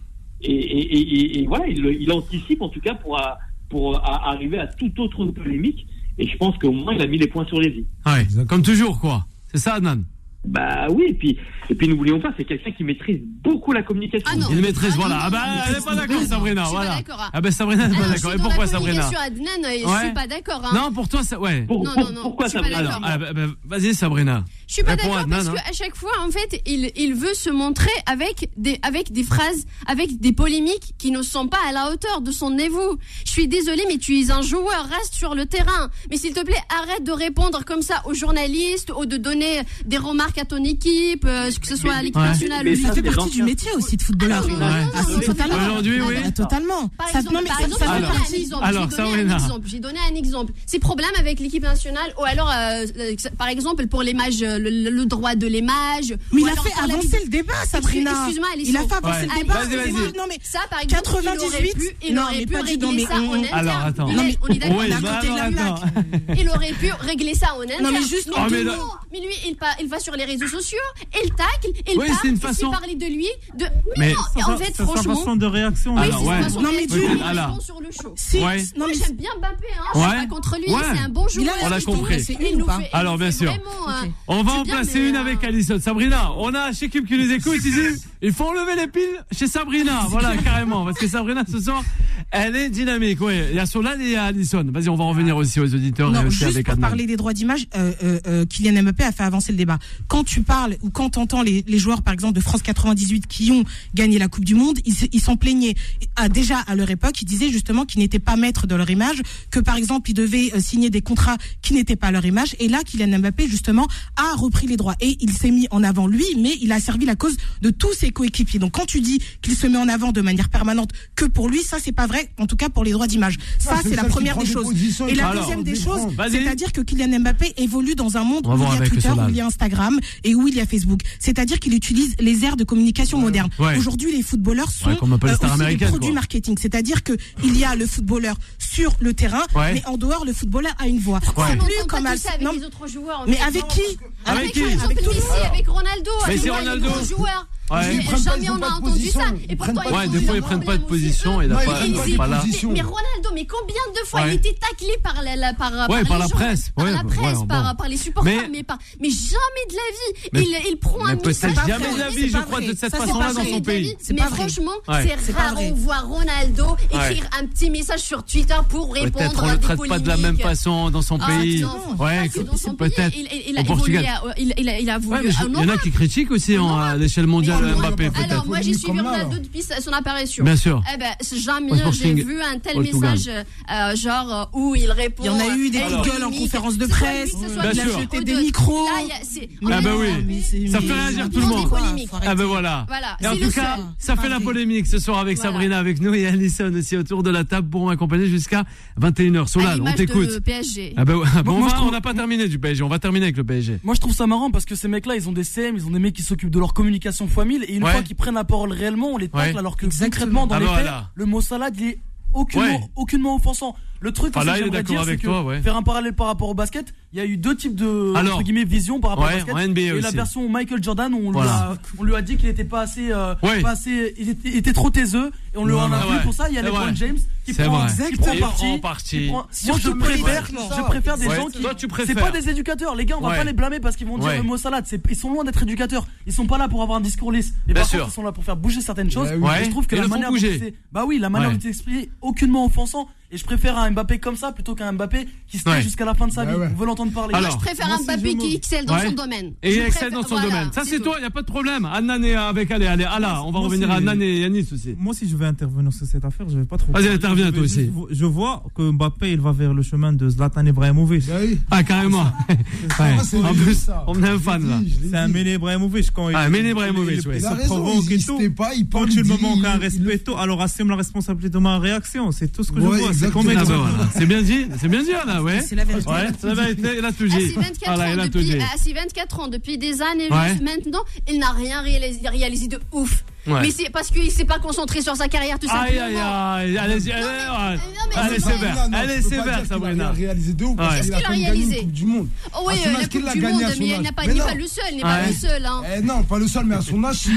I: Et, et- et- et- et voilà, il, le- il anticipe en tout cas pour, à- pour à- arriver à toute autre polémique. Et je pense qu'au moins, il a mis les points sur les i.
C: Ouais,
G: Exactement.
C: Comme toujours, quoi. C'est ça, Adnan.
I: Bah oui, et puis, et puis n'oublions pas, c'est quelqu'un qui maîtrise beaucoup la communication.
D: Ah non.
C: Il maîtrise,
D: Ah non,
C: voilà.
D: non,
C: Ah bah,
D: non,
C: elle
D: non,
C: est pas
D: non,
C: d'accord,
D: non,
C: Sabrina,
D: Je suis
C: voilà.
D: pas d'accord. hein.
C: Ah bah, Sabrina
D: Ah
C: n'est pas
D: non, je
C: d'accord.
D: suis
C: Et
D: dans
C: pourquoi,
D: la
C: Sabrina
D: communication Adnan, et je
C: Ouais.
D: suis pas d'accord. hein.
C: Non, pour toi, ça. Ouais.
I: Pour-
D: Non,
I: pour-
D: non, non,
I: pourquoi
D: je suis
I: ça
D: pas
I: brûle
C: Alors,
D: d'accord.
C: ah, bah, bah, vas-y, Sabrina.
D: Je suis pas
C: Réponds à
D: d'accord parce
C: Adnan, hein.
D: que à chaque fois, en fait, il, il veut se montrer avec des, avec des phrases, avec des polémiques qui ne sont pas à la hauteur de son niveau. Je suis désolée, mais tu es un joueur, reste sur le terrain. Mais s'il te plaît, arrête de répondre comme ça aux journalistes ou de donner des remarques à ton équipe, euh, que ce soit à l'équipe
C: Ouais.
D: nationale.
I: Mais
D: ou-
I: ça,
E: Ça fait
I: c'est
E: partie
I: l'ancien
E: du métier aussi de
D: Ah
E: footballeur.
D: non, non, non,
C: Ouais.
D: non,
E: Ah, si,
D: non,
E: totalement.
D: non,
C: Aujourd'hui,
D: non,
C: oui.
E: Ah, Totalement.
D: Par
E: Ça-
D: exemple,
E: non, mais
D: par
E: ça-
D: exemple, je vais
E: ça fait
C: alors-
D: donner un
E: partie-
D: exemple.
C: alors,
D: j'ai donné un
C: Sabrina.
D: exemple. J'ai donné un exemple. Ces problèmes avec l'équipe nationale, ou alors, euh, euh, par exemple, pour l'émage, euh, le, le- le droit de l'émage.
E: Mais
D: ou
E: il a
D: alors
E: fait
D: pour la-
E: avancer le débat, Sabrina.
D: Excuse-moi, Alessio.
E: Il a fait avancer
C: Ouais.
E: le débat.
C: Vas-y, vas-y.
E: Non, mais
D: Ça, par exemple,
E: 98,
D: il aurait pu, il
E: non,
D: aurait
E: mais
D: pu
E: pas du-
D: régler
E: non, mais
D: ça
E: on-
D: en interne.
C: Alors, attends.
D: Il,
E: Non,
D: est-
E: mais-
D: on est d'accord.
C: Ouais,
E: d'un
C: bah,
E: côté de la
C: alors,
E: plaque.
C: attends.
D: Il aurait pu régler ça en interne.
E: Non, mais juste
C: Oh,
E: en
C: mais
E: deux
C: là-
E: mots.
D: Mais lui, il, pa- il va sur les réseaux sociaux, il tacle, il
C: Oui,
D: parle,
C: c'est une
D: il
C: façon-
D: fait parler de lui. De...
C: Mais-
D: Mais, non,
F: C'est
D: en
F: sa-
D: fait,
F: c'est sa
D: franchement,
F: façon de réaction.
C: Ah,
D: oui,
C: Alors,
D: c'est
C: ouais.
D: une façon
E: Non,
D: de-
E: mais
D: il
E: Dieu,
D: répond
C: alors.
D: sur le show.
E: Si,
C: Ouais.
E: non,
D: Moi,
E: mais
D: j'aime bien Mbappé, hein. je
C: Ouais.
D: suis pas contre lui,
C: Ouais.
D: c'est un bon joueur.
C: on l'a
E: raison,
C: compris.
E: C'est
D: Il
E: une ou
D: nous
E: pas
D: fait-
C: Alors,
D: il nous
C: bien
D: fait
C: sûr.
D: vraiment, hein.
C: On va
D: C'est
C: en
D: bien,
C: placer
D: mais,
C: une
D: euh,
C: avec Alison. Sabrina, on a Shekib qui nous écoute. Il, dit, il faut enlever les piles chez Sabrina. Voilà, carrément. Parce que Sabrina, ce soir, elle est dynamique. Ouais. Il y a Solal et il y a Alison. Vas-y, on va revenir aussi aux auditeurs et
E: Non,
C: aussi
E: juste
C: avec
E: pour
C: Adnan.
E: parler des droits d'image, euh, euh, euh, Kylian Mbappé a fait avancer le débat. Quand tu parles ou quand tu entends les, les joueurs, par exemple, de France 98 qui ont gagné la Coupe du Monde, ils se- ils s'en plaignaient. Et, ah, déjà, à leur époque, ils disaient justement qu'ils n'étaient pas maîtres de leur image, que par exemple, ils devaient euh, signer des contrats qui n'étaient pas à leur image. Et là, Kylian Mbappé, justement, a repris les droits. Et il s'est mis en avant lui, mais il a servi la cause de tous ses coéquipiers. Donc quand tu dis qu'il se met en avant de manière permanente que pour lui, ça, c'est pas vrai, en tout cas pour les droits d'image. Ça,
G: Ah, c'est
E: c'est la
G: ça qui
E: première
G: prend
E: des
G: des
E: choses.
G: positions,
E: Et la
C: alors.
E: deuxième des
G: Des
E: choses,
G: francs.
C: Vas-y.
E: c'est-à-dire que Kylian Mbappé évolue dans un monde
C: On va
E: où
C: voir
E: il y a
C: avec
E: Twitter,
C: Solal.
E: où il y a Instagram et où il y a Facebook. C'est-à-dire qu'il utilise les aires de communication moderne.
C: Ouais.
E: Aujourd'hui, les footballeurs sont euh,
C: Ouais, qu'on appelle les stars
E: aussi des
C: américaines,
E: produits
C: quoi.
E: marketing. C'est-à-dire que il y a le footballeur sur le terrain,
C: Ouais.
E: mais en dehors, le footballeur a une voix.
C: Ouais.
E: C'est
D: On
E: plus
D: entend
E: comme
D: pas
E: un-
D: tout ça avec
E: non,
D: les autres joueurs. en
E: mais
D: fait.
E: avec qui
C: Avec qui
D: par exemple,
E: tout le
D: Messi,
E: monde.
D: avec Ronaldo, avec
C: Messi,
D: moi, les
C: Ronaldo.
D: grands joueurs.
C: Ouais.
D: Jamais-
C: Ils
G: prennent pas- ils
D: Jamais
G: ont
D: on
G: pas
D: a
G: de
D: entendu
G: position.
D: ça. Et
G: Ils
D: pourtant,
G: prennent
D: ils
G: pas-
C: Ouais,
D: ont
C: des
D: eu
C: fois,
D: un
C: ils prennent pas
D: problème
C: de
D: aussi,
C: position.
D: eux.
C: Et la
G: Non,
C: part-
G: ils
D: Mais,
G: prennent
C: c'est pas
G: de
C: là.
D: mais-
G: position.
D: mais Ronaldo, mais combien de fois
C: Ouais.
D: il était taclé par la, la- par,
C: Ouais, par
D: les
C: la
D: gens,
C: presse,
D: par
C: ouais,
D: la
C: ouais,
D: presse,
C: bon.
D: par, par les supporters,
C: Mais-
D: mais, pas, mais jamais de la vie.
C: Mais-
D: il, il prend
C: mais
D: un
C: peut-être
D: message
C: jamais
D: pour
C: de la
D: lui,
C: vie,
E: c'est
C: je
E: pas
C: crois,
E: vrai.
C: de cette
E: Ça, c'est
C: façon-là
E: pas
C: dans
E: vrai.
C: son
D: Jamais de la vie.
C: pays.
E: C'est
D: Mais
E: pas vrai.
D: franchement,
C: Ouais.
D: c'est
E: C'est pas
D: rare.
E: vrai.
D: On voit Ronaldo écrire un petit message sur Twitter pour
C: Peut-être
D: répondre
C: on
D: à
C: le
D: des
C: traite pas de la même
D: polémiques.
C: façon dans son
D: Ah,
C: pays.
D: non, c'est
C: Ouais,
D: pas que dans son pays,
C: peut-être.
D: il, il- il
C: Au
D: a
C: Portugal.
D: évolué, à- euh, il, il a, il a
C: Ouais,
D: voulu
C: mais je-
D: un
C: il y en a
D: aura.
C: qui critiquent aussi en- à l'échelle mondiale
G: Mais-
C: Mbappé,
G: Alors,
C: peut-être. hein.
D: Alors moi j'ai suivi
G: Comme là,
D: Ronaldo
G: alors.
D: depuis sa- son apparition.
C: Bien sûr.
D: Eh ben, c'est jamais
C: Au
D: j'ai
C: Sporting
D: vu un tel
C: Portugal.
D: message euh, genre euh, où il répond.
E: Il y en a eu des
D: euh,
E: coups de gueule en
D: polémique,
E: conférence de
D: que ce soit
E: presse,
D: lui, que ce soit
C: Bien
D: lui,
C: sûr.
D: ou
E: jeté des
D: d'autres.
E: micros.
D: Là, il y a- c'est-
C: Ah bah oui.
E: Mais c'est-
C: Ça
E: mais-
C: fait réagir tout le
E: Faut
C: monde.
E: arrêter.
C: Ah ben voilà.
D: Voilà,
C: Et en
D: c'est
C: tout
D: le
C: cas,
D: seul.
C: ça fait la
E: Parfait.
C: polémique ce soir avec
D: Voilà.
C: Sabrina, avec nous et Alison aussi autour de la table pour m'accompagner jusqu'à 21h.
D: à
C: Solal, on
D: l'image
C: t'écoute.
D: de PSG.
C: Ah ben ouais. bon,
H: Moi,
C: on
H: je
C: va-
H: trouve-
C: on n'a pas terminé du PSG, on va terminer avec le PSG.
H: Moi je trouve ça marrant parce que ces mecs là ils ont des CM, ils ont des mecs qui s'occupent de leur communication fois mille et une
C: Ouais.
H: fois qu'ils prennent la parole réellement on les tacle
C: Ouais.
H: alors que
E: Exactement.
H: concrètement dans
C: Ah
H: les
C: bah
H: faits
C: voilà.
H: le mot salade il est aucunement,
C: Ouais.
H: aucunement offensant. Le truc,
C: Ah,
H: aussi,
C: là, il est
H: j'aimerais
C: d'accord
H: dire, c'est
C: avec
H: que
C: toi, ouais.
H: faire un parallèle par rapport au basket, il y a eu deux types de
C: Alors.
H: entre guillemets vision par rapport
C: Ouais,
H: au basket.
C: en NBA
H: et la
C: aussi.
H: version Michael Jordan, on, lui,
C: Voilà.
H: a, on lui a dit qu'il était pas assez, euh,
C: Ouais.
H: pas assez, il était, il était trop taiseux, et on lui en a
C: Ouais,
H: voulu
C: ouais.
H: pour ça. Il y a
C: C'est
H: LeBron
C: vrai.
H: James qui
C: C'est
H: prend,
C: vrai.
H: qui
C: Il
H: prend
C: prend
H: parti.
C: parti.
H: qui prend-
E: Sur
H: Moi,
E: ce
H: je préfère,
E: politique,
H: je
E: là.
H: préfère des
C: Ouais.
H: gens qui.
C: Toi, tu
H: C'est
C: préfères.
H: pas des éducateurs, les gars, on va
C: Ouais.
H: pas les blâmer parce qu'ils vont dire
C: Ouais.
H: le mot salade. C'est- Ils sont loin d'être éducateurs. Ils sont pas là pour avoir un discours lisse. Mais
C: Bien
H: par
C: sûr.
H: contre, ils sont là pour faire bouger certaines choses.
G: Ouais,
H: Et
C: oui.
H: Je trouve que
C: Ils
H: la
C: le font
H: manière dont
C: bouger.
H: c'est- bah oui, la manière
C: Ouais.
H: dont il s'exprime est aucunement offensant. Et je préfère un Mbappé comme ça plutôt qu'un Mbappé qui se tait
C: Ouais.
H: jusqu'à la fin de sa
G: Ouais,
H: vie.
G: ouais.
H: On veut l'entendre parler.
C: Alors,
D: Je préfère
G: Moi,
D: un
G: c'est
D: papy
G: Jomo.
D: qui excelle dans
C: Ouais.
D: son domaine.
C: Et
D: Je
C: il excelle
D: préfère-
C: dans son
D: voilà,
C: domaine. Ça, c'est
D: tout.
C: toi, il n'y a pas de problème. Anan est avec Allez, allez, Ala, on va
F: Moi,
C: revenir à
F: c'est-
C: Anan et Yanis aussi.
F: Moi, si je vais intervenir sur cette affaire, je vais pas trop.
C: Vas-y, interviens, toi
F: Je-
C: aussi.
F: Je vois que Mbappé, il va vers le chemin de Zlatan Ibrahimovic.
G: Bah oui.
C: Ah, carrément. Ouais.
G: Ah, c'est
C: En
G: vrai,
C: plus,
G: ça.
C: on est un fan,
G: Je
C: là.
G: l'ai dit, je l'ai
F: C'est un
G: dit.
F: mêlé Ibrahimovic quand il.
C: Ah, Mele
F: il-
C: Ibrahimovic,
F: il-
C: ouais.
F: il
G: Il a
F: se
G: raison,
F: provoque
G: il
F: et tout.
G: n'hésitait pas, il
F: Quand
G: parle.
F: tu
G: il
F: me
G: dit,
F: manques un
G: il-
F: respect, et tout, alors assume la responsabilité de ma réaction. C'est tout ce que
G: Ouais,
F: je vois. C'est
G: exactement.
F: comme
C: Ah,
F: être-
C: bah, voilà. C'est bien dit, c'est bien dit, Anna, ouais.
E: C'est la vérité.
C: Ouais, ça va être, il a tout
D: Ah,
C: dit.
D: si 24
C: Voilà, il
D: ans,
C: a tout
D: depuis,
C: dit.
D: ah, si 24 ans, depuis des années
C: Ouais.
D: juste maintenant, il n'a rien réalisé, réalisé de ouf.
C: Ouais.
D: Mais c'est parce qu'il s'est pas concentré sur sa carrière tout simplement.
C: Aïe, aïe, aïe. Allez,
D: Non, mais-
C: allez,
D: non, mais
C: allez,
D: c'est pas-
C: sévère.
G: Non, non,
C: Elle
G: tu
C: est
G: peux pas
C: sévère,
G: dire qu'il a
C: Sabrina.
G: rien réalisé de ouf, parce
C: Ouais.
G: qu'il
D: Est-ce
G: a
D: qu'il a
G: quand même gagné
D: réalisé
G: une Coupe du Monde. Ah,
D: Oh oui,
G: À
D: euh,
G: son âge,
D: la
G: qu'il
D: Coupe
G: l'a
D: du
G: gagné
D: Monde,
G: à son
D: mais il
G: âge.
D: n'a pas,
G: Mais
D: il n'est
G: non. Ah
D: pas le seul, il n'est
C: Ouais.
D: pas le seul. Hein.
G: Eh non, pas le seul, mais à son âge, il-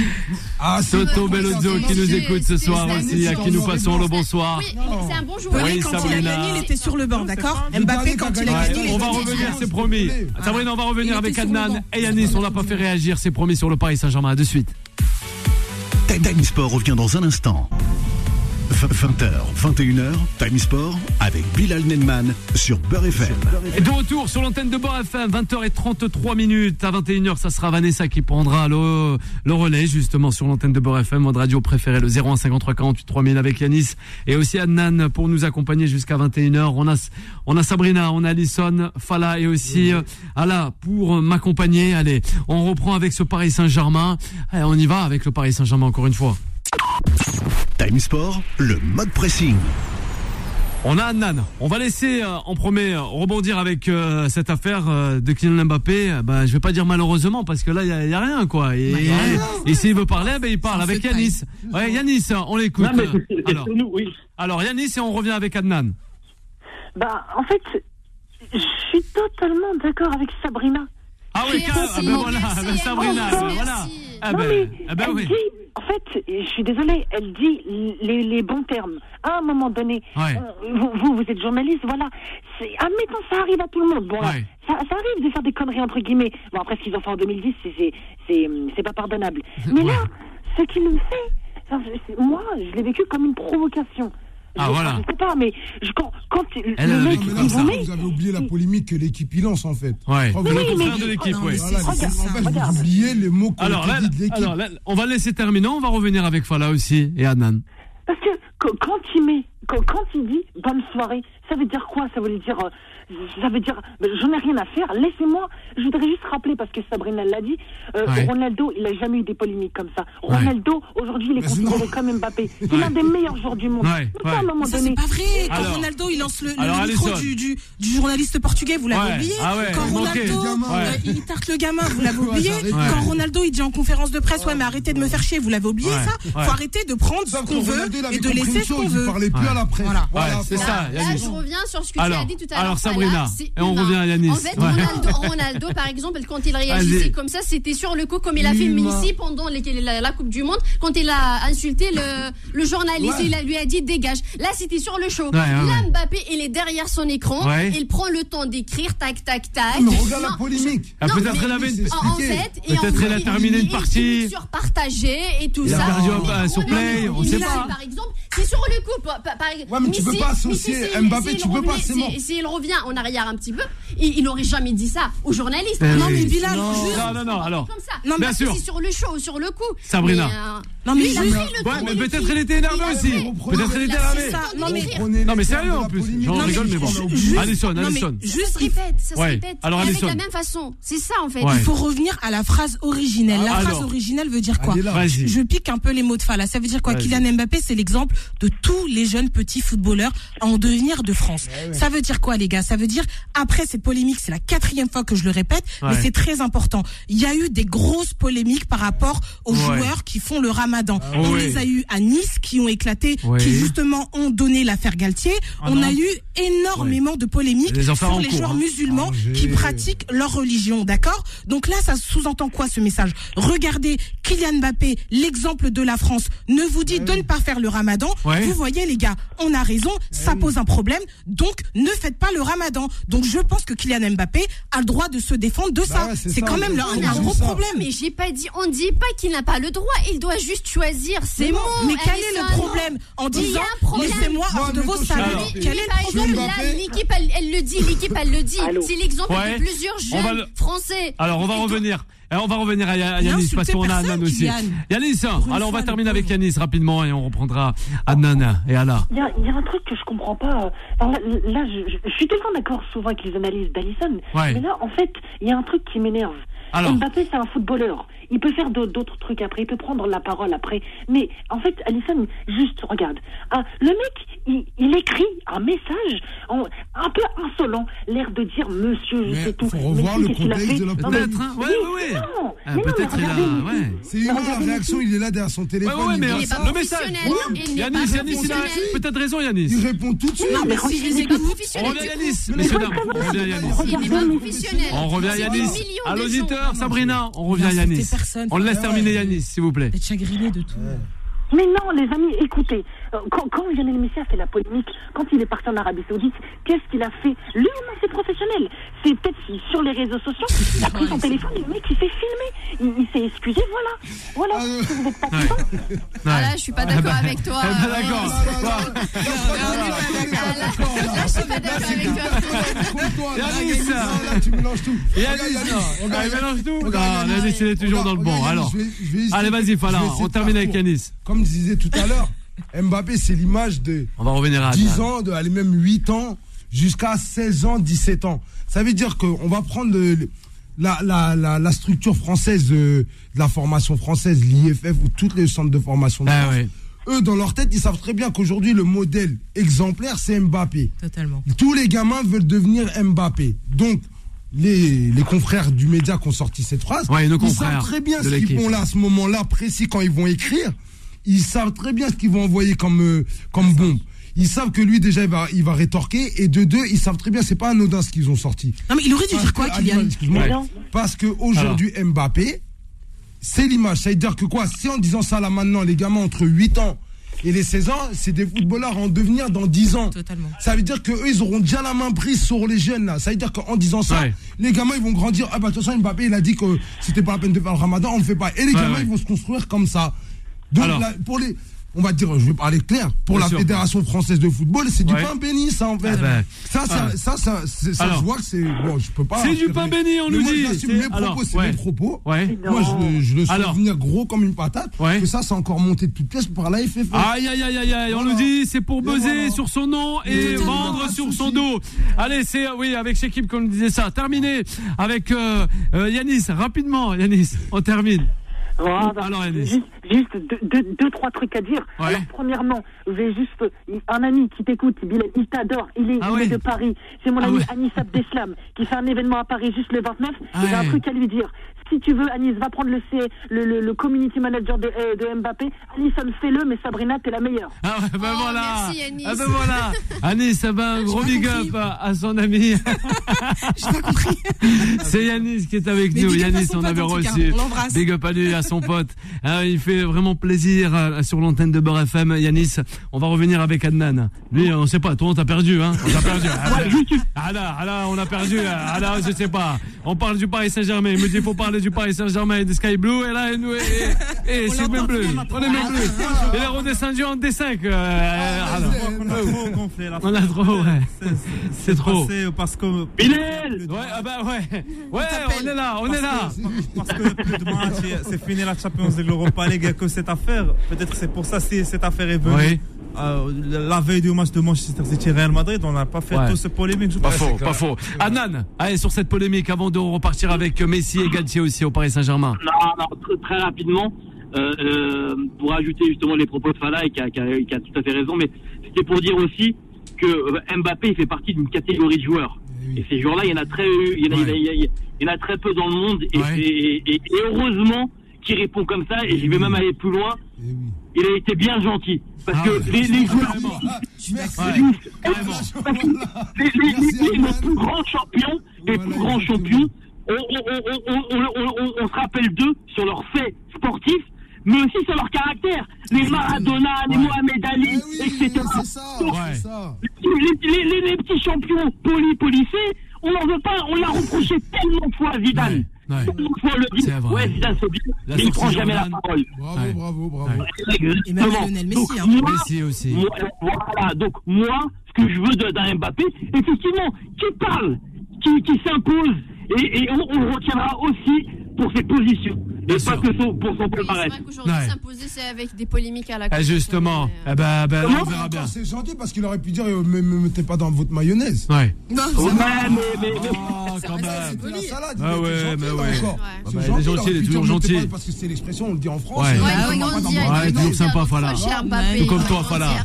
G: Ah, si,
C: Toto
G: il-
C: Bellozzo qui
D: c'est-
C: nous
D: c'est-
C: écoute ce
D: c'est-
C: soir
D: c'est-
C: aussi, à
G: c'est-
C: qui nous
G: c'est-
C: passons le bonsoir. Ah,
D: Oui, c'est un bon joueur.
C: Oui,
J: Pelé, quand il a
C: Sabrina.
J: gagné, il était sur le banc, d'accord
G: c'est-
J: Mbappé, quand il a
G: Ouais,
J: gagné, il
C: on
J: était sur le
C: va
J: banc.
C: revenir, c'est
G: c'est
C: promis.
G: Pelé.
C: Ah, Sabrina, on va revenir
J: Il
C: avec
J: était sur le
C: Adnan
J: banc.
C: et Yanis. On l'a pas fait réagir, c'est promis sur le Paris Saint-Germain. À de suite.
A: Time Sport revient dans un instant. 20h, 21h, Time Sport avec Bilal Nenman sur Beurre FM.
C: Et de retour sur l'antenne de Bord FM, 20h33 minutes à 21h, ça sera Vanessa qui prendra le, le relais justement sur l'antenne de Bord FM, votre radio préférée, le 01 53 48 3000 avec Yanis et aussi Adnan pour nous accompagner jusqu'à 21h. On a, on a Sabrina, on a Alison, Fala et aussi euh, Ala pour euh, m'accompagner. Allez, on reprend avec ce Paris Saint-Germain. Allez, on y va avec le Paris Saint-Germain encore une fois.
A: Time Sport, le mode pressing.
C: On a Adnan. On va laisser euh, en premier euh, rebondir avec euh, cette affaire euh, de Kylian Mbappé. Euh, Bah, je vais pas dire malheureusement parce que là il y, a- il y a rien quoi. Et,
E: Bah, il y a rien.
C: et s'il veut parler, ben il parle
E: C'est
C: avec
E: un
C: Yanis. Ouais, Yanis, euh, on l'écoute.
I: Non, mais
C: Euh,
I: c'est- c'est
C: Alors,
I: sur nous, oui.
C: alors Yanis et on revient avec Adnan.
B: Bah, en fait, je suis totalement d'accord avec Sabrina.
C: Ah oui,
D: Merci,
C: quand même. Ah ben voilà,
D: merci,
C: ben Sabrina,
D: merci,
C: ben voilà.
D: merci.
C: Ah
B: non, mais
C: ben, ah ben
B: elle
C: oui.
B: dit, en fait, je suis désolée, elle dit les, les bons termes. À un moment donné,
C: Ouais.
B: on- vous, vous, vous êtes journaliste, voilà. C'est- Admettons, ça arrive à tout le monde. Bon, là,
C: Ouais.
B: ça, ça arrive de faire des conneries, entre guillemets. Bon, après, ce qu'ils ont fait en 2010, c'est- c'est- c'est c'est pas pardonnable. Mais là, ce qu'il nous fait, enfin, je- moi, je l'ai vécu comme une provocation.
C: Ah,
B: je,
C: voilà.
B: Je sais pas, mais je- quand, quand le
C: Elle a
B: mec,
C: vécu
G: Mais
C: comme
G: là,
B: il
C: ça.
B: vous met,
G: Vous avez oublié la polémique que l'équipe il lance en fait.
C: Ouais.
G: Oh,
C: Le
G: oui,
C: confrère
B: mais-
C: de l'équipe,
J: Oh, non,
C: ouais.
J: mais
G: Voilà,
J: c'est-
B: Regarde,
G: c'est- en fait,
B: regarde.
G: vous oubliez les mots qu'on
C: Alors là,
G: dit de l'équipe.
C: alors là, on va laisser terminer. On va revenir avec Fala aussi et Adnan.
B: Parce que qu- quand il met, qu- quand il dit bonne soirée, ça veut dire quoi Ça veut dire, euh, ça veut dire, ben, j'en ai rien à faire. Laissez-moi. Je voudrais juste rappeler parce que Sabrina l'a dit. euh,
C: Ouais.
B: Ronaldo, il a jamais eu des polémiques comme ça. Ronaldo, aujourd'hui, il est
G: Mais c'est
B: considéré
G: non.
B: comme Mbappé. C'est l'un des meilleurs joueurs du monde.
C: Ouais,
B: Pourquoi, à un
C: ouais.
B: moment
E: Mais ça,
B: donné,
E: c'est pas vrai. Quand
C: Alors-
E: Ronaldo, il lance le, le
C: Alors,
E: micro
C: Alisson.
E: du, du, du journaliste portugais, vous l'avez
C: Ouais.
E: oublié.
C: Ah ouais,
E: Quand
C: il manquait.
E: Ronaldo,
G: Gamin.
E: euh, il tarte le gamin, vous l'avez
G: Ouais,
E: oublié.
G: j'arrête.
E: Quand
C: Ouais.
E: Ronaldo, il dit en conférence de presse, ouais, mais arrêtez de me faire chier, vous l'avez oublié
C: Ouais.
E: ça.
C: Ouais.
E: Faut arrêter de prendre ce
G: Sauf que
E: qu'on veut
G: Ronaldo, il avait
E: et de
G: compris
E: laisser
G: une
E: ce qu'on
G: chose, Il
E: veut.
G: parlait plus
C: Ouais.
G: à la presse.
E: Voilà.
G: Ah, Voilà,
C: Ouais, c'est
G: voilà.
C: ça,
D: Là,
C: Yanis.
D: je reviens sur ce que tu
C: Alors,
D: as dit tout à l'heure.
C: alors,
D: Fala,
C: Sabrina,
D: c'est
C: et on
D: humain.
C: revient à Yanis.
D: En fait,
C: Ouais.
D: Ronaldo, Ronaldo, par exemple, quand il réagissait
C: Vas-y.
D: comme ça, c'était sur le coup, comme il a fait
G: Humain.
D: Messi pendant les- la, la Coupe du Monde, quand il a insulté le, le journaliste,
G: Ouais.
D: il a- lui a dit dégage. Là, c'était sur le show.
C: Ouais, ouais,
D: Là,
C: ouais.
D: Mbappé, il est derrière son écran,
C: Ouais.
D: il prend le temps d'écrire, tac, tac, tac.
G: Mais regarde la
D: Non,
G: polémique.
C: Ah,
D: non,
C: Peut-être
D: mais-
C: elle avait une-
G: mais-
D: en, en
G: expliqué.
D: fait, et en
C: Peut-être elle a
D: et-
C: terminé une
D: et- et
C: partie.
D: finit sur partager et tout
C: Il a
D: ça.
C: perdu un-
D: Mais
C: un surplay,
D: Ronaldo,
C: on sait
D: Messi,
C: pas.
D: Par exemple, c'est sur le coup. pa- pa- pareil.
G: Ouais, mais tu peux
D: si-
G: pas
D: si-
G: associer
D: si-
G: Mbappé,
D: s'il
G: tu peux pas,
D: revenait-
G: c'est mort.
D: si- S'il revient en arrière un petit peu, il n'aurait jamais dit ça aux journalistes.
C: Eh
E: Non,
C: oui.
E: mais Bilal,
C: Non,
E: juste.
C: non, non, alors.
D: Comme ça.
E: Non, mais
C: bien
D: Parce que
C: sûr.
D: C'est sur le show, sur le coup.
C: Sabrina.
E: Non, mais
D: lui, il a pris
E: juste-
D: le
C: Ouais,
D: temps
C: mais
D: d'écrire.
C: peut-être elle était énervée
D: Il a
C: aussi.
D: fait-
C: Peut-être elle
D: il
C: était
D: a fait
C: énervée.
D: ça.
E: Non,
D: Non,
E: mais-
D: mais
G: Prenez
C: Non, mais
G: les
C: sérieux,
G: termes de
C: en
G: la
C: plus.
G: polémique.
C: J'en
E: Non, mais
C: rigole, mais
E: juste-
C: bon.
E: juste-
C: Allison,
E: non, mais
C: Allison.
D: Ça se
E: Juste, il
D: répète, ça se
C: Ouais.
D: répète.
C: Alors,
D: Avec
C: Alison.
D: la même façon. C'est ça, en fait.
C: Ouais. Ah,
E: Il faut revenir à la phrase originelle. La
C: Alors.
E: phrase originelle veut dire quoi
G: Elle est là.
C: Vas-y.
E: Je pique un peu les mots de Fala. Ça veut dire quoi
C: Vas-y.
E: Kylian Mbappé, c'est l'exemple de tous les jeunes petits footballeurs à en devenir de France.
C: Eh
E: Ça veut dire quoi, les gars Ça veut dire, après cette polémique, c'est la quatrième fois que je le répète,
J: Ouais.
E: mais c'est très important. Il y a eu des grosses polémiques par rapport aux
J: Ouais.
E: joueurs qui font le ramadan.
J: Ah
E: On
J: ouais.
E: les a eu à Nice, qui ont éclaté,
C: Ouais.
E: qui justement ont donné l'affaire Galtier.
C: Ah
E: On
C: non.
E: a eu énormément de polémiques
C: Les enfants
E: sur
C: en
E: les
C: cours,
E: joueurs
C: hein.
E: musulmans
C: Angers.
E: qui pratiquent leur religion, d'accord Donc là, ça sous-entend quoi ce message Regardez Kylian Mbappé, l'exemple de la France, ne vous dit de ne pas faire le ramadan.
J: Ouais.
E: Vous voyez les gars, on a raison, ça pose un problème, donc ne faites pas le ramadan. Donc je pense que Kylian Mbappé a le droit de se défendre
D: Bah
E: de ça.
G: Bah ouais, c'est
E: c'est
G: ça,
E: quand même
G: c'est
E: là
G: ça,
E: un
G: c'est
E: gros
G: ça.
E: problème.
D: Mais j'ai pas dit, on dit pas qu'il n'a pas le droit. Il doit juste choisir. C'est
E: Mais non,
D: mon.
E: mais quel
D: elle
E: est
D: ça,
E: le
D: non.
E: problème en
D: Mais il y a
E: disant,
D: un problème.
E: laissez-moi hors de vos salariés.
D: Oui, oui,
E: Quel est
D: par
E: le
D: exemple,
E: problème
D: là, l'équipe, elle, elle le dit, l'équipe, elle le dit.
C: Allô.
D: C'est l'exemple
C: Ouais.
D: de plusieurs
C: On va
D: jeunes
C: le-
D: français.
C: Alors on va revenir. Eh, On va revenir à Ya- à Yanis
D: N'insultez
C: parce qu'on a
D: personne,
C: Adnan aussi.
D: Kylian.
C: Yanis,
D: une
C: alors on va
D: fois,
C: terminer avec Yanis rapidement et on reprendra Adnan et Allah.
B: Il y, a, il y a un truc que je comprends pas. euh, enfin, là, là, je, je- je suis tellement d'accord souvent avec les analyses d'Alison,
C: Ouais.
B: mais là, en fait, il y a un truc qui m'énerve.
C: Alors.
B: Mbappé, c'est un footballeur. Il peut faire d'aut- d'autres trucs après, il peut prendre la parole après. Mais en fait, Alison, juste regarde. Ah, le mec, il, il écrit un message en- un peu insolent, l'air de dire Monsieur, je sais tout.
G: faut revoir
B: Mais
G: le
B: qu'est-ce qu'il a
G: contexte
B: fait
G: de la
B: Non, mais-
G: Peut-être, hein. Ouais,
B: Oui,
G: ouais, ouais.
B: non.
G: Ah,
B: Mais non, mais
G: peut-être il a-
B: regardez, mais-
G: ouais. C'est humain,
B: mais
G: la
B: regardez,
G: réaction, il est là derrière son téléphone.
C: Ouais, ouais, mais
G: voit
C: euh,
G: ça.
C: le message. Yanis, Yanis, il a peut-être raison, Yanis.
G: Il répond tout de suite.
D: Non, mais si les écoutes professionnelles,
C: On revient à
D: du
C: Yanis,
D: coup.
C: messieurs,
D: Mais
C: dames.
D: c'est
C: On revient à Yanis.
D: Il n'est pas professionnel.
C: On revient à
D: C'est
C: Yanis.
D: des millions
C: À
D: de
C: l'auditeur,
D: gens.
C: Sabrina, on revient à
B: N'insultez
C: Yanis.
B: personne.
C: On le laisse
B: Ouais,
C: terminer
B: ouais.
C: Yanis, s'il vous plaît.
E: chagriné de tout.
B: Mais non, les amis, écoutez, euh, quand, quand Lionel Messi a fait la polémique, quand il est parti en Arabie Saoudite, qu'est-ce qu'il a fait Lui, au moins, c'est professionnel. C'est peut-être sur les réseaux sociaux, il a pris son téléphone, le mec, il s'est filmé, il, il s'est excusé, voilà. Voilà, si vous n'êtes pas content.
D: Ah là, je suis pas
C: Ah
D: d'accord
C: bah,
D: avec toi.
C: ah bah,
D: euh,
C: d'accord.
D: Là, je suis pas d'accord avec toi.
C: Yanis.
G: Tu mélanges tout.
C: Yanis,
G: Regarde, Yanis,
C: Ah,
G: regarde,
C: il mélange tout.
G: regarde,
C: Ah,
G: Yanis.
C: Yanis, il est toujours dans le bon.
G: Regarde,
C: Alors,
G: je vais- je vais essayer-
C: allez, vas-y, Fala,
G: je vais essayer
C: on
G: de
C: termine
G: faire
C: avec
G: court.
C: Yanis.
G: Comme je disais tout à l'heure, Mbappé, c'est l'image de
C: On va revenir à
G: 10
C: Adnan.
G: ans, de, allez, même 8 ans, jusqu'à 16 ans, 17 ans. Ça veut dire qu'on va prendre le- le- la, la, la, la structure française euh, de la formation française, l'IFF ou tous les centres de formation. de
C: Ah
G: France.
C: ouais.
G: Eux, dans leur tête, ils savent très bien qu'aujourd'hui, le modèle exemplaire, c'est Mbappé.
E: Totalement.
G: Tous les gamins veulent devenir Mbappé. Donc, les, les confrères du média qui ont sorti cette phrase,
C: Ouais, nos
G: ils
C: confrères
G: savent très bien
C: de
G: ce qu'ils
C: l'équipe.
G: font là, à ce moment-là précis, quand ils vont écrire. Ils savent très bien ce qu'ils vont envoyer comme, euh, comme bombe. Ils savent que lui, déjà, il va, il va rétorquer. Et de deux, ils savent très bien, c'est pas anodin ce qu'ils ont sorti.
E: Non, mais il aurait dû
G: Parce
E: dire quoi,
G: que-
E: Kylian
G: Adnan, excuse-moi.
C: Ouais.
G: Parce qu'aujourd'hui, Mbappé, c'est l'image. Ça veut dire que quoi Si en disant ça là maintenant, les gamins entre 8 ans et les 16 ans, c'est des footballeurs en devenir dans 10 ans.
E: Totalement.
G: Ça veut dire qu'eux, ils auront déjà la main prise sur les jeunes. Là. Ça veut dire qu'en disant ça,
C: Ouais.
G: les gamins, ils vont grandir. Ah bah, de toute façon, Mbappé, il a dit que c'était pas la peine de faire le ramadan, on le fait pas. Et les gamins,
C: ouais.
G: ils vont se construire comme ça. Donc,
C: Alors.
G: la- pour les. On va dire, je vais parler clair, pour
C: Bien
G: la
C: sûr.
G: Fédération française de football, c'est du
C: Ouais.
G: pain béni, ça, en fait.
C: Ah bah.
G: Ça, ça,
C: Ah.
G: ça, ça, c'est- ça
C: Alors.
G: se voit que c'est. Bon, je peux pas.
C: C'est du pain
G: affirmer.
C: béni, on
G: Mais
C: nous
G: moi,
C: dit.
G: j'assume
C: C'est-
G: mes propos,
C: alors,
G: c'est
C: ouais.
G: mes propos.
C: Ouais.
G: Moi, je, le- je le sens
C: Alors.
G: venir gros comme une patate.
C: Ouais.
G: Que ça, c'est encore monté de toutes pièces par la FFF.
C: Aïe, aïe, aïe, aïe, aïe, on
G: Voilà.
C: nous dit, c'est pour
G: Et
C: buzzer
G: voilà.
C: sur son nom et
G: Tout à
C: vendre
G: fait.
C: sur
G: Souci.
C: son dos. Allez, c'est, euh, oui, avec Shekib qu'on nous disait ça. Terminé avec euh, euh, Yanis, rapidement, Yanis, on termine.
B: Ah, bah,
C: Alors, Yanis.
B: juste, juste deux, deux- deux, trois trucs à dire.
C: Ouais.
B: Alors, premièrement, j'ai juste un ami qui t'écoute, il, il t'adore, il est,
C: Ah
B: il est
C: ouais.
B: de Paris. C'est mon
C: Ah
B: ami
C: ouais.
B: Anis Abdeslam qui fait un événement à Paris juste le 29.
C: Ah
B: J'ai un
C: ouais.
B: truc à lui dire. Si tu veux, Anis, va prendre le, C- le, le, le community manager de, euh, de Mbappé. Alison, fais-le, mais Sabrina, t'es la meilleure.
C: Ah, ben
D: Oh,
C: voilà.
D: merci, Yanis.
C: Ah, ben voilà. Yanis, ah ben, gros
E: pas
C: big
E: compris.
C: up à, à son ami.
E: J'ai pas compris.
C: C'est Yanis qui est avec
E: Mais
C: nous.
E: big up à
C: Yanis,
E: son
C: on
E: pote,
C: avait
E: en tout cas.
C: reçu.
E: On l'embrasse.
C: Big up à lui, à son pote. Ah, il fait vraiment plaisir euh, sur l'antenne de Beurre FM. Yanis, on va revenir avec Adnan. Lui, on sait pas. Toi, on t'a perdu, hein. On t'a perdu. Ah, Ah là, ah là, on a perdu. Ah là, je sais pas. On parle du Paris Saint-Germain. Il me dit, faut parler du Paris Saint-Germain et des Sky Blue. Et là, et nous, et, et- et c'est même bleu. On est même bleu. Il est redescendu en D5. euh, ah là.
F: On a trop gonflé la
C: On a trop, ouais. C'est trop.
F: passé parce que
C: Bilal Ouais, ah bah ouais. Ouais, on est là, on est là.
F: parce que plus de match, et c'est fini la Champions League, l'Europa League, il n'y a que cette affaire. Peut-être c'est pour ça si cette affaire est venue.
C: Oui.
F: euh, la- la veille du match de Manchester City Real Madrid, on n'a pas fait
C: Ouais.
F: tout ce polémique. Je
C: Pas
F: pense.
C: faux, pas faux. Adnan, allez, sur cette polémique, avant de repartir avec Messi et Galtier aussi au Paris Saint-Germain.
I: Non, non, tr- très rapidement. euh, euh, pour ajouter justement les propos de Fala et qui a, qui a- qui a tout à fait raison, mais c'était pour dire aussi que euh, Mbappé il fait partie d'une catégorie de joueurs. Et ces joueurs-là, il y en a très, il y en a, il y en a- il y en a très peu dans le monde. Et, et- et- et heureusement qu'il répond comme ça. Et je vais même aller plus loin. Il a été bien gentil parce que les, les joueurs, parce que les- les- les- les- nos plus grands champions, les plus grands champions, on, on- on- on- on- on- on- on se rappelle d'eux sur leurs faits sportifs, mais aussi sur leur caractère. Les Maradona, les Mohamed Ali, etc. Les, les- les- les petits champions poli policés, on n'en veut pas, on l'a reproché tellement de fois à Zidane. Tellement de fois on le dit, ouais, Zidane c'est bien,
C: La
I: mais il
C: sortie
I: prend jamais la
C: Jordan.
I: parole.
G: Bravo, bravo, bravo.
E: Et même
I: Exactement.
E: Lionel
I: Donc,
E: Messi, hein.
I: moi,
C: Messi aussi.
I: moi, voilà, donc moi, ce que je veux de- d'un Mbappé, effectivement, qui parle, qui, qui s'impose, et, et on, on le retiendra aussi pour ses positions, et
C: sûr.
I: pas que son- pour son
D: Et C'est
I: palmarès.
D: vrai qu'aujourd'hui,
C: Ouais.
D: s'imposer, c'est avec des polémiques à la
C: Ah,
D: con,
C: justement.
D: mais, euh,
C: Ah bah, bah, on
G: Mais
C: verra
G: encore,
C: bien.
G: C'est gentil parce qu'il aurait pu dire euh, me me mettez pas dans votre mayonnaise.
C: Ouais.
I: Ouais, mais- mais- mais-
C: Oh, quand même.
G: C'était la salade.
C: Ah ouais, mais ouais.
D: Ouais.
C: bah, il est gentil, il est toujours gentil.
G: Parce que c'est l'expression, on le dit en France.
C: Ouais.
G: et
D: Ouais, il faut
G: on le met pas dans
D: grandir,
G: votre
D: il faut
C: euh, Ouais, toujours
D: grandir.
C: sympa,
D: Donc,
C: Fala.
D: toi, cher
E: Ouais,
D: Mbappé,
E: tout
C: comme
D: il
C: toi,
D: faut
C: Fala.
D: grandir.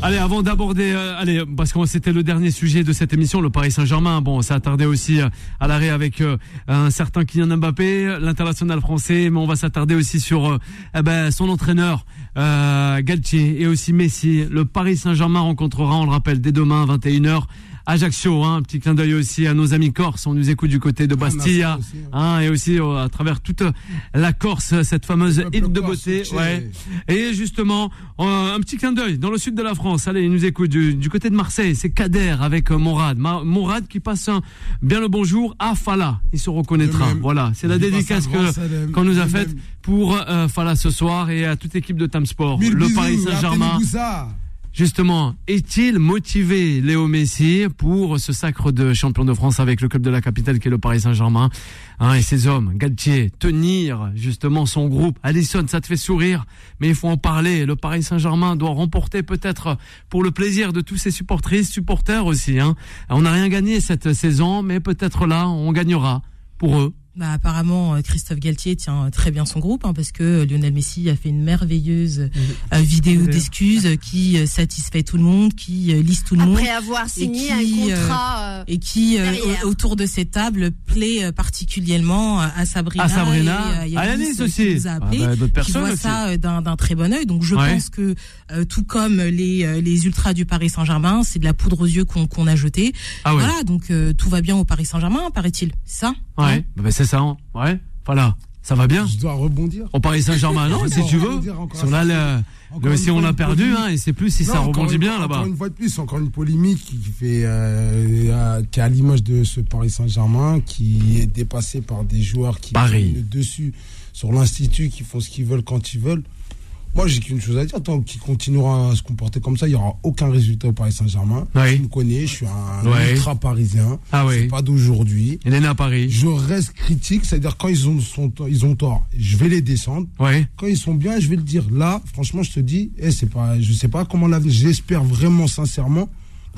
C: Allez, avant d'aborder, euh, allez, parce que c'était le dernier sujet de cette émission, le Paris Saint-Germain. Bon, ça attardait aussi euh, à l'arrêt avec euh, un certain Kylian Mbappé, l'international français, mais on va s'attarder aussi sur euh, eh ben, son entraîneur euh, Galtier et aussi Messi. Le Paris Saint-Germain rencontrera, on le rappelle, dès demain 21h. Ajaccio, hein, un petit clin d'œil aussi à nos amis corses. On nous écoute du côté
G: Ah,
C: de Bastia,
G: Marseille aussi, hein.
C: hein, et aussi euh, à travers toute la Corse, cette fameuse
G: peuple
C: île de
G: corse,
C: beauté.
G: Uche.
C: Ouais. Et justement, euh, un petit clin d'œil dans le sud de la France. Allez, il nous écoute du, du côté de Marseille. C'est Kader avec euh, Morad. Ma- Morad qui passe un, bien le bonjour à Fala. Il se reconnaîtra.
G: De même.
C: Voilà, c'est la
G: Il passe un
C: dédicace
G: grand
C: que-
G: salam.
C: qu'on nous a
G: De
C: faite
G: même.
C: pour euh, Fala ce soir et à toute l'équipe de Tam Sport.
G: Mille
C: Le
G: bisous,
C: Paris Saint-Germain.
G: rappelez-vous ça.
C: Justement, est-il motivé, Léo Messi, pour ce sacre de champion de France avec le club de la capitale qui est le Paris Saint-Germain hein, Et ses hommes, Galtier, tenir justement son groupe. Allison, ça te fait sourire, mais il faut en parler. Le Paris Saint-Germain doit remporter peut-être pour le plaisir de tous ses supportrices, supporters aussi. Hein. On n'a rien gagné cette saison, mais peut-être là, on gagnera pour eux.
E: Bah, apparemment, euh, Christophe Galtier tient euh, très bien son groupe hein, parce que euh, Lionel Messi a fait une merveilleuse euh, vidéo
F: Vidéo.
E: d'excuses euh, qui euh, satisfait tout le monde, qui euh, lisse tout le monde
D: Après avoir signé
E: qui,
D: un
E: euh,
D: contrat. euh,
E: et qui, euh,
D: derrière.
E: au- autour de cette table, plaît euh, particulièrement euh, à Sabrina,
C: À Sabrina,
E: et, euh,
C: à
E: Yanis,
C: Yanis
E: euh,
C: aussi.
E: qui nous a
C: Ah
E: appelés,
C: bah, d'autres
E: qui
C: personnes
E: voit
C: aussi.
E: ça euh, d'un d'un très bon œil. Donc je
C: Ouais.
E: pense que, euh, tout comme les, euh, les ultras du Paris Saint-Germain, c'est de la poudre aux yeux qu'on qu'on a jetée.
C: Ah ouais,
E: Voilà, donc euh, tout va bien au Paris Saint-Germain, paraît-il. C'est ça
C: ouais. Bah, bah, c'est ça. hein. Ouais, voilà, ça va bien.
G: Je dois rebondir.
C: Au Paris Saint-Germain, non, si
G: Encore,
C: tu
G: on
C: veux.
G: va dire encore
C: Sur là,
G: un
C: le-
G: Encore
C: Là
G: une
C: aussi,
G: fois,
C: on a
G: une
C: perdu,
G: polémique.
C: hein, et c'est plus si ça
G: Non, encore
C: rebondit
G: une-
C: bien là-bas.
G: Encore une fois de plus, encore une polémique qui fait, euh, à- qui est à l'image de ce Paris Saint-Germain, qui est dépassé par des joueurs qui
C: Paris.
G: prennent le dessus sur l'institut, qui font ce qu'ils veulent quand ils veulent. Moi, j'ai qu'une chose à dire. Tant qu'ils continueront à se comporter comme ça, il n'y aura aucun résultat au Paris Saint-Germain.
C: Oui.
G: Tu me connais, je suis un
C: Ouais.
G: ultra parisien.
C: Ah oui.
G: C'est pas d'aujourd'hui.
C: Il est né à Paris.
G: Je reste critique, c'est-à-dire quand ils ont, sont- ils ont tort, je vais les descendre
C: Ouais.
G: quand ils sont bien, je vais le dire. Là, franchement, je te dis, eh, c'est pas, je sais pas comment l'avenir. J'espère vraiment, sincèrement, que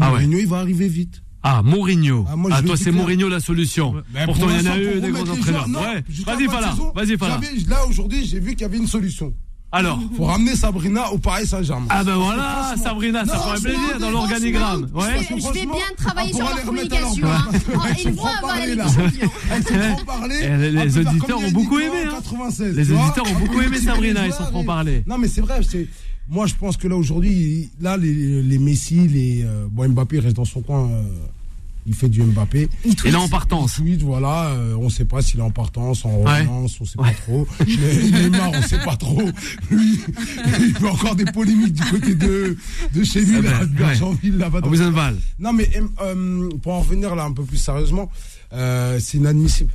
C: Ah ouais.
G: Mourinho, il va arriver vite.
C: Ah, Mourinho. Ah,
G: Ah, moi, je Ben, le
C: toi,
G: dis
C: c'est
G: clair.
C: Mourinho la solution. Pourtant, il y en a eu des grands entraîneurs. Ouais. Vas-y, Fala. Vas-y, Fala.
G: J'avais- Là, aujourd'hui, j'ai vu qu'il y avait une solution.
C: Alors.
G: Faut ramener Sabrina au Paris Saint-Germain.
C: Ah ben voilà, Sabrina, ça
G: Non,
C: ferait
G: je
C: plaisir dans
D: franchement,
C: l'organigramme.
D: Ah, Je
C: Ouais.
D: vais- je vais bien travailler
G: on
D: sur
G: pourra
D: leur
G: les remettre à leur
D: communication. hein. Oh,
G: place.
D: Ils
G: Ils
D: vont
G: sont
D: avoir la
G: parlés,
D: Ligue
G: là.
D: des Champions.
G: Elles sont trop parlées.
C: Eh, les- les
G: Ah, putain,
C: auditeurs
G: comme
C: ont
G: il a
C: beaucoup
G: dit,
C: aimé, hein.
G: en 96,
C: Les
G: tu vois.
C: auditeurs ont beaucoup aimé
G: Tu vois,
C: Sabrina,
G: les
C: ils s'en
G: joueurs,
C: font
G: ils-
C: parler.
G: Non, mais c'est vrai. c'est- Moi, je pense que là, aujourd'hui, là, les, les Messi, les. euh, bon, Mbappé il reste dans son coin. euh, il fait du Mbappé.
C: Il est en partance.
G: Ensuite, voilà, euh, on sait pas s'il est en partance, en relance, on sait pas trop. Mais Neymar, on sait pas trop. Lui, il fait encore des polémiques du côté de, de chez lui,
C: Ah
G: là,
C: ben,
G: de
C: ouais.
G: Bergenville, là-bas.
C: À
G: dans-
C: Bouzenval.
G: non, mais euh, euh, pour en revenir là un peu plus sérieusement, euh, c'est inadmissible.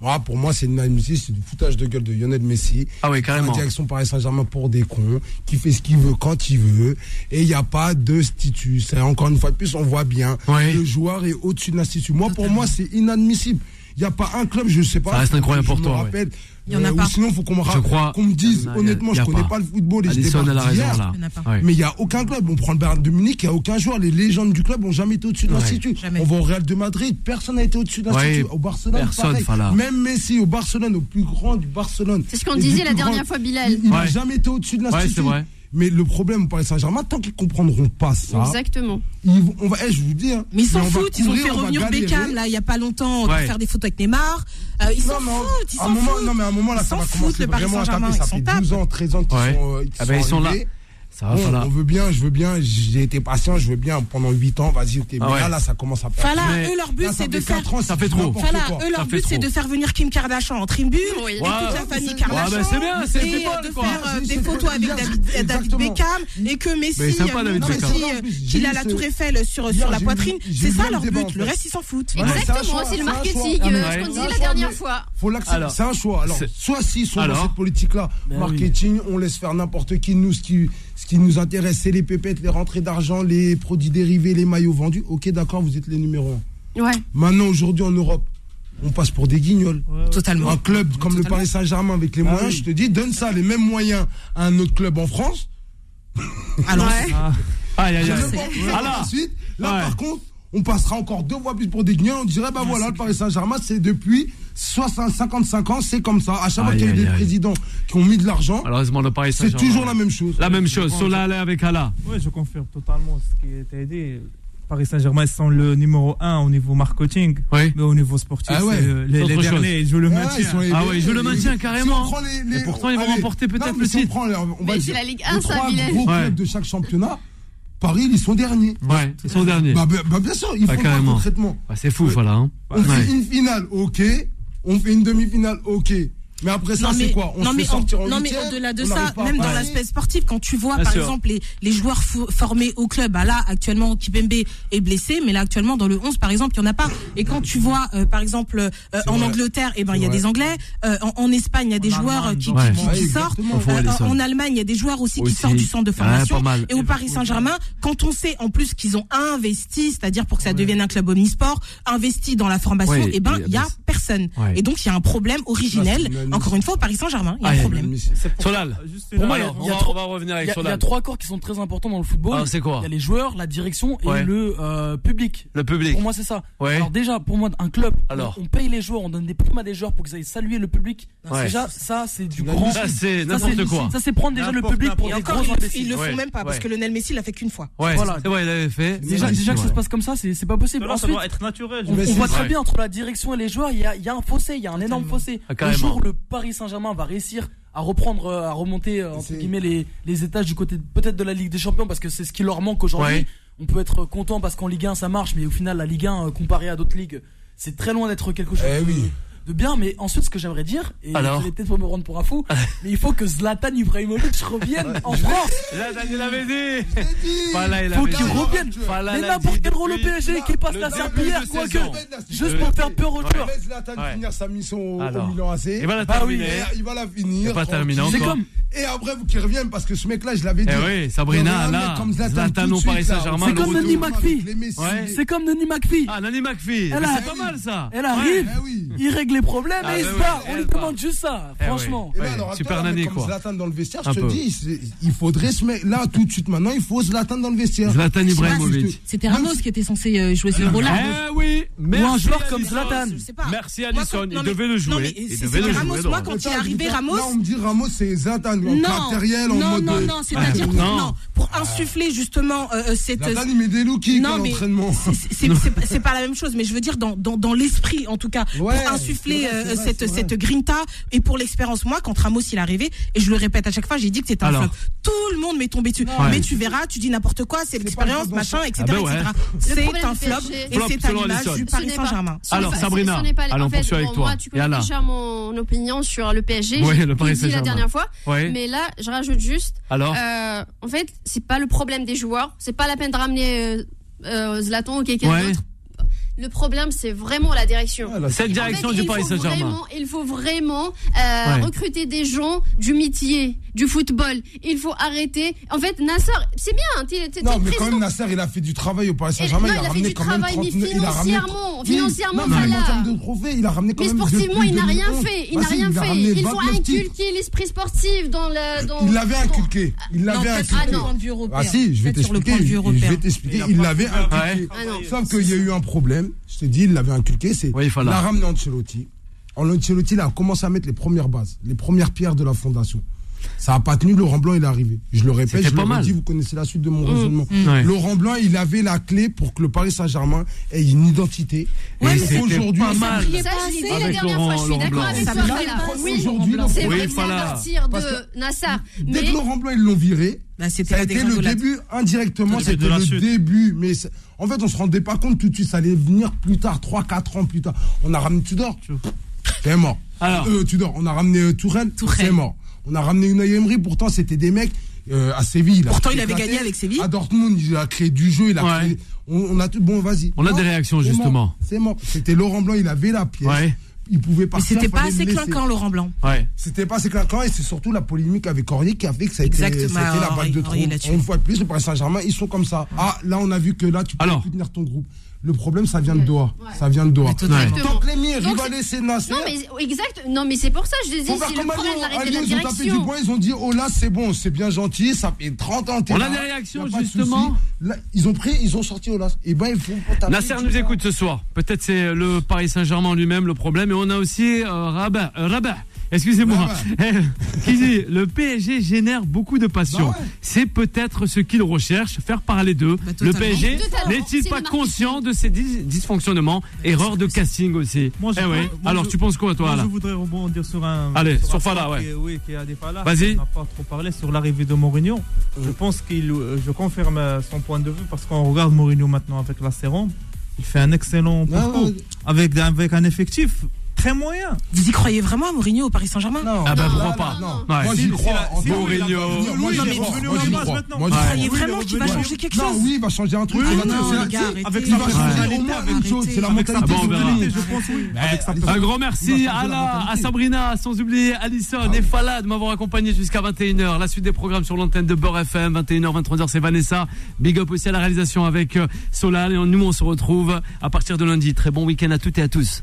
G: Voilà, pour moi, c'est inadmissible. C'est du foutage de gueule de Lionel Messi.
C: Ah oui,
G: En
C: carrément.
G: direction Paris Saint-Germain pour des cons, qui fait ce qu'il veut quand il veut. Et il n'y a pas de stitut. C'est- Encore une fois de plus, on voit bien.
C: Oui.
G: Le joueur est au-dessus de l'institut. Moi, pour moi, c'est inadmissible. Il n'y a pas un club, je ne sais pas.
C: Ça reste incroyable
G: je
C: pour
G: me
C: toi, ouais.
G: rappelle.
E: Il y en a
G: Euh, ou
E: pas.
G: sinon, faut qu'on me, ra-
C: Je crois-
G: qu'on me dise,
C: Non, il y a-
G: honnêtement,
C: il y a
G: je ne connais
C: pas.
G: pas le football. Et je
C: Allison,
G: débarque
C: elle a
G: d'hier.
C: raison là.
E: Il y en a pas.
C: Ouais.
G: Mais il n'y a aucun club. On prend le Bayern de Munich, il n'y a aucun joueur. Les légendes du club n'ont jamais été au-dessus de
C: Ouais.
G: l'institut.
E: Jamais.
G: On va au Real de Madrid, personne n'a été au-dessus de l'institut.
C: Ouais.
G: Au Barcelone,
C: Personne,
G: pareil.
C: Fala.
G: Même Messi, au Barcelone, au plus grand du Barcelone.
D: C'est ce qu'on
G: Et du
D: disait la
G: plus
D: dernière
G: grand-
D: fois, Bilal.
G: Il il n'a
C: Ouais.
G: jamais été au-dessus de l'institut.
C: c'est vrai.
G: Mais le problème au Paris Saint-Germain, tant qu'ils comprendront pas ça,
D: Exactement.
G: ils vont- on va, eh, je vous dis, hein,
E: Mais ils s'en
G: on va
E: foutent, ils ont
G: courir,
E: fait
G: on va
E: revenir
G: galérer.
E: Beckham là il y a pas longtemps pour
C: Ouais.
E: faire des photos avec Neymar. Euh, ils s'en
G: Non, mais en-
E: foutent, ils
G: à un
E: s'en
G: moment,
E: foutent.
G: non, mais à un moment, là,
E: Ils
G: ça
E: s'en
G: va
E: foutent,
G: commencer
E: le Paris
G: vraiment à
E: Saint-Germain,
G: taper.
E: ils
G: Ça
E: s'en
G: fait
E: tapent.
G: 12 ans, 13 ans qu'ils
C: Ouais.
G: sont, euh, qu'ils
C: Ah ben, ils sont là.
G: arrivés.
C: Ça va,
G: Bon,
C: Fala.
G: on veut bien, je veux bien, j'ai été patient, je veux bien pendant 8 ans, vas-y, ok. Mais
C: Ah ouais.
G: là, là, ça commence à faire.
E: Fala,
C: Mais-
E: eux leur but c'est de faire.
G: ans,
C: ça fait trop.
E: Fala, eux
C: Ça
E: leur
C: fait
E: but c'est
C: trop.
E: de faire venir Kim Kardashian en tribune.
D: Oui. Ouais,
E: Et toute la
G: ouais,
E: famille
G: c'est-
E: Kardashian.
C: Ouais, bah, c'est bien, c'est le
E: et,
C: football,
E: euh, de
C: quoi.
E: faire euh,
G: C'est-
E: des
G: c'est-
E: photos avec
G: Exactement.
E: David, David Beckham et que Messi,
C: Mais sympa,
E: euh,
C: David
E: non, mais
C: Beckham.
E: si, euh, qu'il a la tour Eiffel sur, sur
G: Hier,
E: la
G: j'ai eu-
E: poitrine.
G: j'ai
E: C'est
G: eu
E: ça
G: le
E: leur
G: débat, en
E: but. Le
G: fait.
E: reste ils s'en foutent.
G: Ouais, c'est un
D: Exactement,
G: choix,
D: c'est le
G: c'est un
D: marketing,
G: choix.
D: euh, ce
C: mais
G: Ah,
D: qu'on
C: ouais.
D: disait
G: C'est
D: la
G: un choix,
D: dernière
G: mais-
D: fois.
G: faut l'accepter.
C: Alors.
G: C'est un choix. Alors,
C: C'est-
G: soit si, soit
C: Alors.
G: dans cette politique-là,
H: Ben oui.
G: marketing, on laisse faire n'importe qui. Nous, ce qui, ce qui nous intéresse, c'est les pépettes, les rentrées d'argent, les produits dérivés, les maillots vendus. Ok, d'accord, vous êtes les numéros un.
D: Ouais.
G: Maintenant, aujourd'hui, en Europe, on passe pour des guignols.
E: Totalement.
G: Un club comme le
E: Totalement. Bah
G: Paris Saint-Germain avec les moyens, je te dis, donne ça, les mêmes moyens à un autre club en France.
E: Alors
C: Ah. Aïe, aïe,
G: Je
C: aïe.
G: sais pas, vous
C: Ah
G: savez,
C: là.
G: ensuite, là
C: Ouais. Ah,
G: par contre, on passera encore deux fois plus pour des guignols. On dirait, bah voilà, le Paris Saint-Germain, c'est depuis 60, 55 ans, c'est comme ça. À chaque fois
C: Aïe,
G: qu'il y a eu
C: aïe,
G: des
C: aïe.
G: présidents qui ont mis de l'argent,
C: Malheureusement, le Paris
G: c'est
C: Saint-Germain.
G: toujours la même chose.
C: La même chose. Sola allait avec Allah.
F: Oui, je confirme totalement ce qui était dit. Paris Saint-Germain ils sont le numéro 1 au niveau marketing,
C: Oui.
F: mais au niveau sportif,
G: Ah ouais.
F: c'est euh, les,
C: Autre
F: les
C: chose.
F: derniers. Je le
G: Ah ouais,
F: maintiens. Eh
G: ils sont les-
C: Ah ouais, je le
G: les-
C: maintiens
G: si
C: carrément.
G: on prend les- les-
C: Et pourtant, ils vont
G: allez,
C: remporter
G: non,
C: peut-être
G: mais
C: le
G: si on
C: titre.
G: prend les- on va
D: Mais c'est
G: dire,
D: la Ligue
G: les
D: 1, ça,
G: trois
D: Bilal.
G: gros
C: Ouais.
G: clubs de chaque championnat, Paris, ils sont derniers.
C: Ouais, ils sont derniers.
G: Bah, bah, bah, bien sûr, ils
C: Bah,
G: font pas
C: carrément.
G: concrètement. Euh,
C: Bah, c'est fou, voilà. hein.
G: On
C: Ouais.
G: fait une finale, ok. On fait une demi-finale, ok. Mais après ça,
E: Non,
G: c'est
E: mais-
G: quoi On
E: non,
G: se
E: mais
G: fait sortir en
E: non, mais
G: huitième,
E: au-delà de
G: on
E: ça,
G: n'arrive pas à
E: même dans
G: Paris.
E: l'aspect sportif, quand tu vois
C: Bien
E: par
C: sûr.
E: exemple les, les joueurs fo- formés au club, bah là actuellement Kipembe est blessé, mais là actuellement dans le 11 par exemple, il n'y en a pas. Et quand tu vois euh, par exemple euh, en
G: vrai.
E: Angleterre, eh ben, il y a
G: C'est
E: des
G: vrai.
E: Anglais, Euh, en, en Espagne, il y a des
F: En
E: joueurs euh,
F: Allemagne,
E: qui,
F: dans-
E: qui-
C: Ouais.
E: qui-
G: Ouais,
E: qui sortent,
G: exactement.
C: Faut aller
E: Euh, en
C: seul.
E: Allemagne, il y a des joueurs aussi,
C: Aussi.
E: qui sortent du centre de
G: Ah,
C: Ouais,
E: formation.
C: pas mal.
E: Et au Paris Saint-Germain, quand on sait en plus qu'ils ont investi, c'est-à-dire pour que ça devienne un club omnisport, investi dans la formation,
C: Ouais,
E: eh ben
C: et-
E: il y a personne.
C: Ouais.
E: Et donc il y a un problème originel.
G: Là, c'est une-
E: Encore une fois, au Paris Saint-Germain, il y a
C: Ah,
E: un
C: il y a
E: problème.
F: C'est pour-
C: Solal.
F: Juste une-
C: Pour moi,
F: Alors,
H: euh,
C: on
H: il y a
C: va-
H: trois-
C: on va revenir
H: Il
C: avec
H: y, a- il y a
C: Solal.
H: trois corps qui sont très importants dans le football.
C: Alors, c'est quoi
H: Il y a les joueurs, la direction et
C: Ouais.
H: le euh, public.
C: Le public.
H: Pour moi, c'est ça.
C: Ouais.
H: Alors déjà, pour moi, un club,
C: Alors.
H: on, on paye les joueurs, on donne des primes à des joueurs pour qu'ils aillent saluer le public.
C: Ouais.
H: Déjà, ça, c'est du
G: l'as
H: grand.
G: dit.
C: Ça, c'est
H: Ça,
C: n'importe
H: c'est-
C: quoi.
H: Ça, c'est prendre déjà le
F: N'importe
H: public pour
E: Et
H: des
E: encore,
H: gros
E: ils, le- ils
H: imbéciles.
E: le font
C: Ouais,
E: même pas parce
C: ouais.
E: que Lionel Messi l'a fait qu'une fois.
C: Ouais,
H: Voilà.
C: c'est vrai, il avait fait.
H: Déjà, déjà que ça
C: Ouais.
H: se passe comme ça, c'est c'est pas possible.
F: Cela, ça
H: Ensuite,
F: doit être naturel.
H: on,
G: Mais
H: on
G: c'est
H: voit
C: vrai.
H: très bien entre la direction et les joueurs, il y a, il y a un fossé, il y a un énorme fossé.
C: Ah,
H: le
C: carrément.
H: jour où le Paris Saint-Germain va réussir à reprendre, euh, à remonter euh, entre
G: C'est-
H: guillemets les, les étages du côté de- peut-être de la Ligue des Champions parce que c'est ce qui leur manque aujourd'hui.
C: Ouais.
H: On peut être content parce qu'en Ligue 1 ça marche, mais au final la Ligue 1 euh, comparée à d'autres ligues, c'est très loin d'être quelque chose
G: Eh
H: de,
G: oui.
H: de bien. Mais ensuite, ce que j'aimerais dire, et
C: Alors
H: vous allez peut-être pas me rendre pour un fou, mais il faut que Zlatan Ibrahimovic revienne en France.
C: Là, Eh, Daniel avait dit. Voilà, il
H: Faut
C: avait
H: qu'il
C: dit.
H: revienne.
C: Voilà,
H: mais
C: l'a
H: n'importe
C: dit
H: quel rôle au
C: depuis
H: PSG qui passe
C: le
H: la
C: début
H: serpillière,
C: de
H: quoi que.
C: saison.
H: Juste pour faire peur aux joueurs.
G: Laisse Zlatan
C: Ouais.
G: finir sa mission au,
C: Alors.
G: au Milan AC.
C: Et voilà,
H: Bah oui,
C: terminé.
G: Et il va la
C: Il
G: finir.
C: a pas terminé
G: tranquille.
H: C'est
C: encore.
H: comme.
G: Et après, vous qui reviennent, parce que ce mec-là, je l'avais dit.
C: Eh oui, Sabrina,
G: Il y aurait un
C: là,
G: mec comme Zlatan
C: Zlatan
G: tout de
C: au Paris
G: suite, là,
C: Saint-Germain,
G: avec
H: le
G: les
H: retour.
G: Nini McPhee.
H: Avec
G: les Messi,
C: Ouais.
G: les-
H: C'est comme Nanny McPhee.
C: Ah, Nani McPhee.
H: Elle
C: Mais
H: a-
C: C'est pas mal ça.
H: Elle arrive,
G: Eh oui.
H: il règle les problèmes
C: Ah,
H: et il
C: bah
H: se
C: oui,
H: barre. On
C: elle
H: lui
C: part.
H: demande juste ça,
C: Eh
H: franchement.
G: Et
C: Ouais,
G: là, alors,
C: super
G: attends, un mec
C: nanny,
G: comme
C: quoi.
G: Zlatan dans le vestiaire,
C: Un
G: je te
C: peu.
G: dis, c'est- il faudrait se mettre là tout de suite maintenant, il faut Zlatan dans le vestiaire.
C: Zlatan
E: Je sais pas,
C: Ibrahimovic.
E: c'était- C'était Ramos qui était censé euh, jouer
H: Ah,
E: ce rôle-là.
C: Eh oui, merci.
H: Ou un joueur comme
C: Alisson.
H: Zlatan.
E: Je sais pas.
C: Merci
E: Moi, quand-
C: Alisson, il
E: non, mais-
C: devait le
E: non,
C: jouer.
E: mais
C: Il
E: c'est-
C: devait le
E: c'est Ramos,
C: jouer.
E: moi,
C: Laurent.
E: quand il
G: Attends,
E: est arrivé,
G: putain,
E: Ramos.
G: Là, on me dit Ramos, c'est Zlatan, Ah, en matériel, en
E: non,
G: mode.
E: non,
G: euh,
E: non, c'est-à-dire
H: Ah,
C: Ouais.
E: que-
C: Non.
E: non, pour insuffler justement euh, euh, cette
G: Zlatan, il met des low kicks
E: Non,
G: à
E: mais-
G: l'entraînement.
E: c'est- c'est- c'est pas- c'est pas la même chose, mais je veux dire dans, dans, dans l'esprit en tout cas
G: Ouais,
E: pour insuffler
G: c'est vrai, c'est
E: euh,
G: vrai,
E: cette
G: c'est vrai.
E: cette grinta et pour l'expérience. Moi, quand Ramos il est arrivé et je le répète à chaque fois, j'ai dit que c'était un
C: Alors.
E: flop. Tout le monde m'est tombé dessus.
C: Ouais.
E: Mais tu verras, tu dis n'importe quoi, c'est l'expérience,
G: pas
E: machin, etc.,
C: Ah ben ouais.
E: etc.
D: Le
E: C'est
D: problème
E: un
D: du
E: flop
D: PSG.
E: et
C: Flop,
E: c'est à
C: selon
E: l'image
C: Alisson.
E: du
D: Ce
E: Paris
D: n'est pas-
E: Saint-Germain.
D: ce n'est
C: Alors,
D: pas- ce-
C: Sabrina,
D: ce n'est pas-
C: allons
D: en fait,
C: poursuivre avec
D: bon,
C: toi.
D: Moi, tu
C: Et
D: connais
C: Alain.
D: déjà mon opinion sur le PSG.
C: Ouais,
D: j'ai
C: le
D: tout
C: Paris
D: dit la
C: Saint-Germain.
D: dernière fois.
C: Ouais.
D: Mais là, je rajoute juste.
C: Alors
D: euh, en fait, c'est pas le problème des joueurs. C'est pas la peine de ramener euh, euh, Zlatan ou quelqu'un
C: Ouais.
D: d'autre. Le problème, c'est vraiment la direction.
G: là,
C: Cette
D: En
C: direction
D: fait,
C: du
D: il
C: Paris
D: faut
C: Saint-Germain.
D: vraiment- Il faut vraiment euh,
C: Ouais.
D: recruter des gens du métier, du football. Il faut arrêter. En fait, Nasser, c'est bien. hein, t'es- t'es- t'es
G: Non, mais quand
D: président.
G: même, Nasser, il a fait du travail au Paris
D: Et-
G: Saint-Germain.
D: non, il
G: il,
D: a fait
G: ramené
D: du
G: quand même
D: travail, mais
G: 39 il a ramené-
D: financièrement,
G: Oui,
D: financièrement,
G: non, mais
D: voilà.
G: en termes de trophées, il a ramené quand
D: Mais
G: même.
D: sportivement,
G: depuis
D: il n'a rien
G: 2011.
D: fait. Il
G: Bah
D: n'a
G: si,
D: rien
G: il a
D: fait.
G: ramené
D: Il faut
G: 29 titres.
D: inculquer l'esprit sportif dans le. Dans,
G: Il l'avait
D: dans-
G: inculqué. Il
E: Non,
G: l'avait
E: peut-être sur
G: inculqué.
E: le point de vue européen.
G: Ah si, je vais
E: Peut-être sur le
G: t'expliquer.
E: point de vue
G: Je
E: européen.
G: vais t'expliquer.
F: Il a
G: Il
F: pas
G: l'avait
F: voulu appliquer.
G: inculqué.
D: Ah non.
G: Sauf qu'il y a eu un problème. Je te dis, il l'avait inculqué. C'est
C: Oui, il faut la-
G: a ramené Ancelotti. Ancelotti, il a commencé à mettre les premières bases, les premières pierres de la fondation. Ça n'a pas tenu, Laurent Blanc, il est arrivé. Je le répète,
C: C'était
G: je
C: pas
G: le
C: mal.
G: redis, vous connaissez la suite de
D: Mmh.
G: mon raisonnement.
C: Ouais.
G: Laurent Blanc, il avait la clé pour que le Paris Saint-Germain ait une identité.
E: Ouais, mais
G: et
E: c'était
G: aujourd'hui,
C: pas mal.
E: brillait
D: Ça,
E: pas
D: je l'ai
E: assez.
D: dit la
C: Avec
D: dernière
C: Laurent-
D: fois. Je suis
C: Laurent
D: d'accord
C: Blanc.
D: avec
E: Ça
D: toi,
E: brillait
D: Fala.
E: pas assez
D: Oui,
G: aujourd'hui, Laurent
D: c'est
G: Blanc.
D: vrai
C: Oui,
D: que c'est à
E: Ah.
C: Fala.
D: partir
G: Parce que-
D: de Nassar.
G: Dès
D: Mais
G: que Laurent Blanc, ils l'ont viré,
E: Bah, c'était
G: ça a
E: la
G: été le
E: dégringolade.
G: début, indirectement,
F: C'était
G: c'était
F: de la
G: le
F: chute.
G: début. Mais c'est- en fait, on se rendait pas compte tout de suite, ça allait venir plus tard, 3-4 ans plus tard. On a ramené Tudor, c'est mort.
C: Alors.
G: Euh, Tudor, on a ramené euh, Tourelle,
E: Tourelle.
G: c'est mort. On a ramené Unai Emery, pourtant c'était des mecs euh, à Séville. il a
E: Pourtant,
G: tout
E: il avait
G: éclaté.
E: gagné avec Séville.
G: À Dortmund, il a créé du jeu, il a
C: Ouais.
G: créé- On, on a tout. Bon, vas-y.
C: On a
G: Non,
C: des réactions,
G: c'est mort,
C: justement.
G: C'est mort. C'était Laurent Blanc, il avait la pièce.
C: Ouais.
G: Il pouvait
E: Mais
G: partir.
E: c'était pas
G: fallait le
E: assez
G: laisser.
E: clinquant, Laurent Blanc.
C: Ouais.
G: C'était pas assez clinquant et c'est surtout la polémique avec Aurier qui a fait que ça a été
E: Exactement,
G: c'était la balle de
E: Aurier,
G: trop.
E: Aurier là-dessus.
G: Une fois de plus, le Paris Saint-Germain, ils sont comme ça. Ah, là, on a vu que là, tu peux
C: Alors.
G: plus tenir ton groupe. Le problème, ça vient de Doha. Ça vient de Doha.
E: Mais totalement.
G: Tant que l'émir,
D: Donc,
G: il va laisser Nasser.
D: Non, mais exact. Non, mais c'est pour ça que je disais,
G: Faut faire
D: c'est le
G: comme à
D: problème
G: Lyon. À
D: d'arrêter
G: Lyon,
D: la
G: ils ont tapé du
D: direction.
G: poing, ils ont dit oh là c'est bon, c'est bien gentil, ça fait 30 ans. t'es
C: On a
G: là,
C: des réactions,
G: y a pas de
C: justement.
G: souci. Là, ils ont pris, ils ont sorti Olas. Et ben ils font pour taper,
C: Nasser
G: tu
C: nous
G: vois.
C: écoute ce soir. Peut-être c'est euh, le Paris Saint-Germain lui-même le problème. Et on a aussi euh, Rabat. euh, Rabat. Excusez-moi. Eh, qui dit le PSG génère beaucoup de passion.
G: Bah ouais.
C: C'est peut-être ce qu'il recherche, faire parler d'eux.
E: Bah,
C: le
E: totalement.
C: PSG
D: Totalement.
C: n'est-il
D: C'est
C: pas
D: le marketing.
C: conscient de ses dis- dysfonctionnements, erreurs de casting aussi
F: Bah, Moi, je-
C: Eh ouais.
F: moi, je-
C: Alors tu penses quoi toi
F: Moi,
C: là
F: je voudrais rebondir sur un.
C: Allez, sur
F: un
C: Fala,
F: point
C: ouais.
F: qui est- oui, qui est à des Fala.
C: Vas-y.
F: On n'a pas trop parlé sur l'arrivée de Mourinho. Je pense qu'il. euh, Je confirme euh, son point de vue parce qu'on regarde Mourinho maintenant avec la Sérum. Il fait un excellent
G: Ah Ouais,
F: parcours
G: ouais.
F: Avec, avec un effectif très moyen.
E: Vous y croyez vraiment à Mourinho au Paris Saint-Germain
G: Non.
C: Ah bah
D: Non,
C: pourquoi
D: non,
C: pas
D: non.
C: Ouais.
G: Moi j'y crois.
F: si,
G: Antoine.
F: Mourinho.
G: Il va venir. Moi
F: Oui,
G: j'y
F: mais il est
G: crois.
F: devenu
G: Moi,
F: en
G: j'y
F: base
G: crois.
F: maintenant.
G: Moi,
C: Vous
G: j'y crois.
E: croyez
F: Oui,
E: vraiment
F: il est
E: qu'il va
F: revenu.
E: changer quelque
G: Non,
E: chose
G: oui, il va changer un truc.
F: Oui,
G: Il
E: Ah
G: va
E: non,
G: changer-
E: les gars, arrêtez.
G: Il va changer au
E: Arrêtez,
G: moins une chose, c'est la
E: arrêtez.
G: mentalité.
C: Ah bon, on verra.
G: de
F: je
G: l'équipe.
F: pense, oui.
G: Avec sa
C: Un
G: personne.
C: grand
G: Il
C: merci
G: va
C: à
G: changer la
C: Allah, à
G: mentalité.
C: Sabrina, sans oublier
G: Ah
C: Alison et Fala de m'avoir accompagné jusqu'à 21h. La suite des programmes sur l'antenne de Beurre FM, 21h, 23h, c'est Vanessa. Big up aussi à la réalisation avec euh, Solal. Et nous, on se retrouve à partir de lundi. Très bon week-end à toutes et à tous.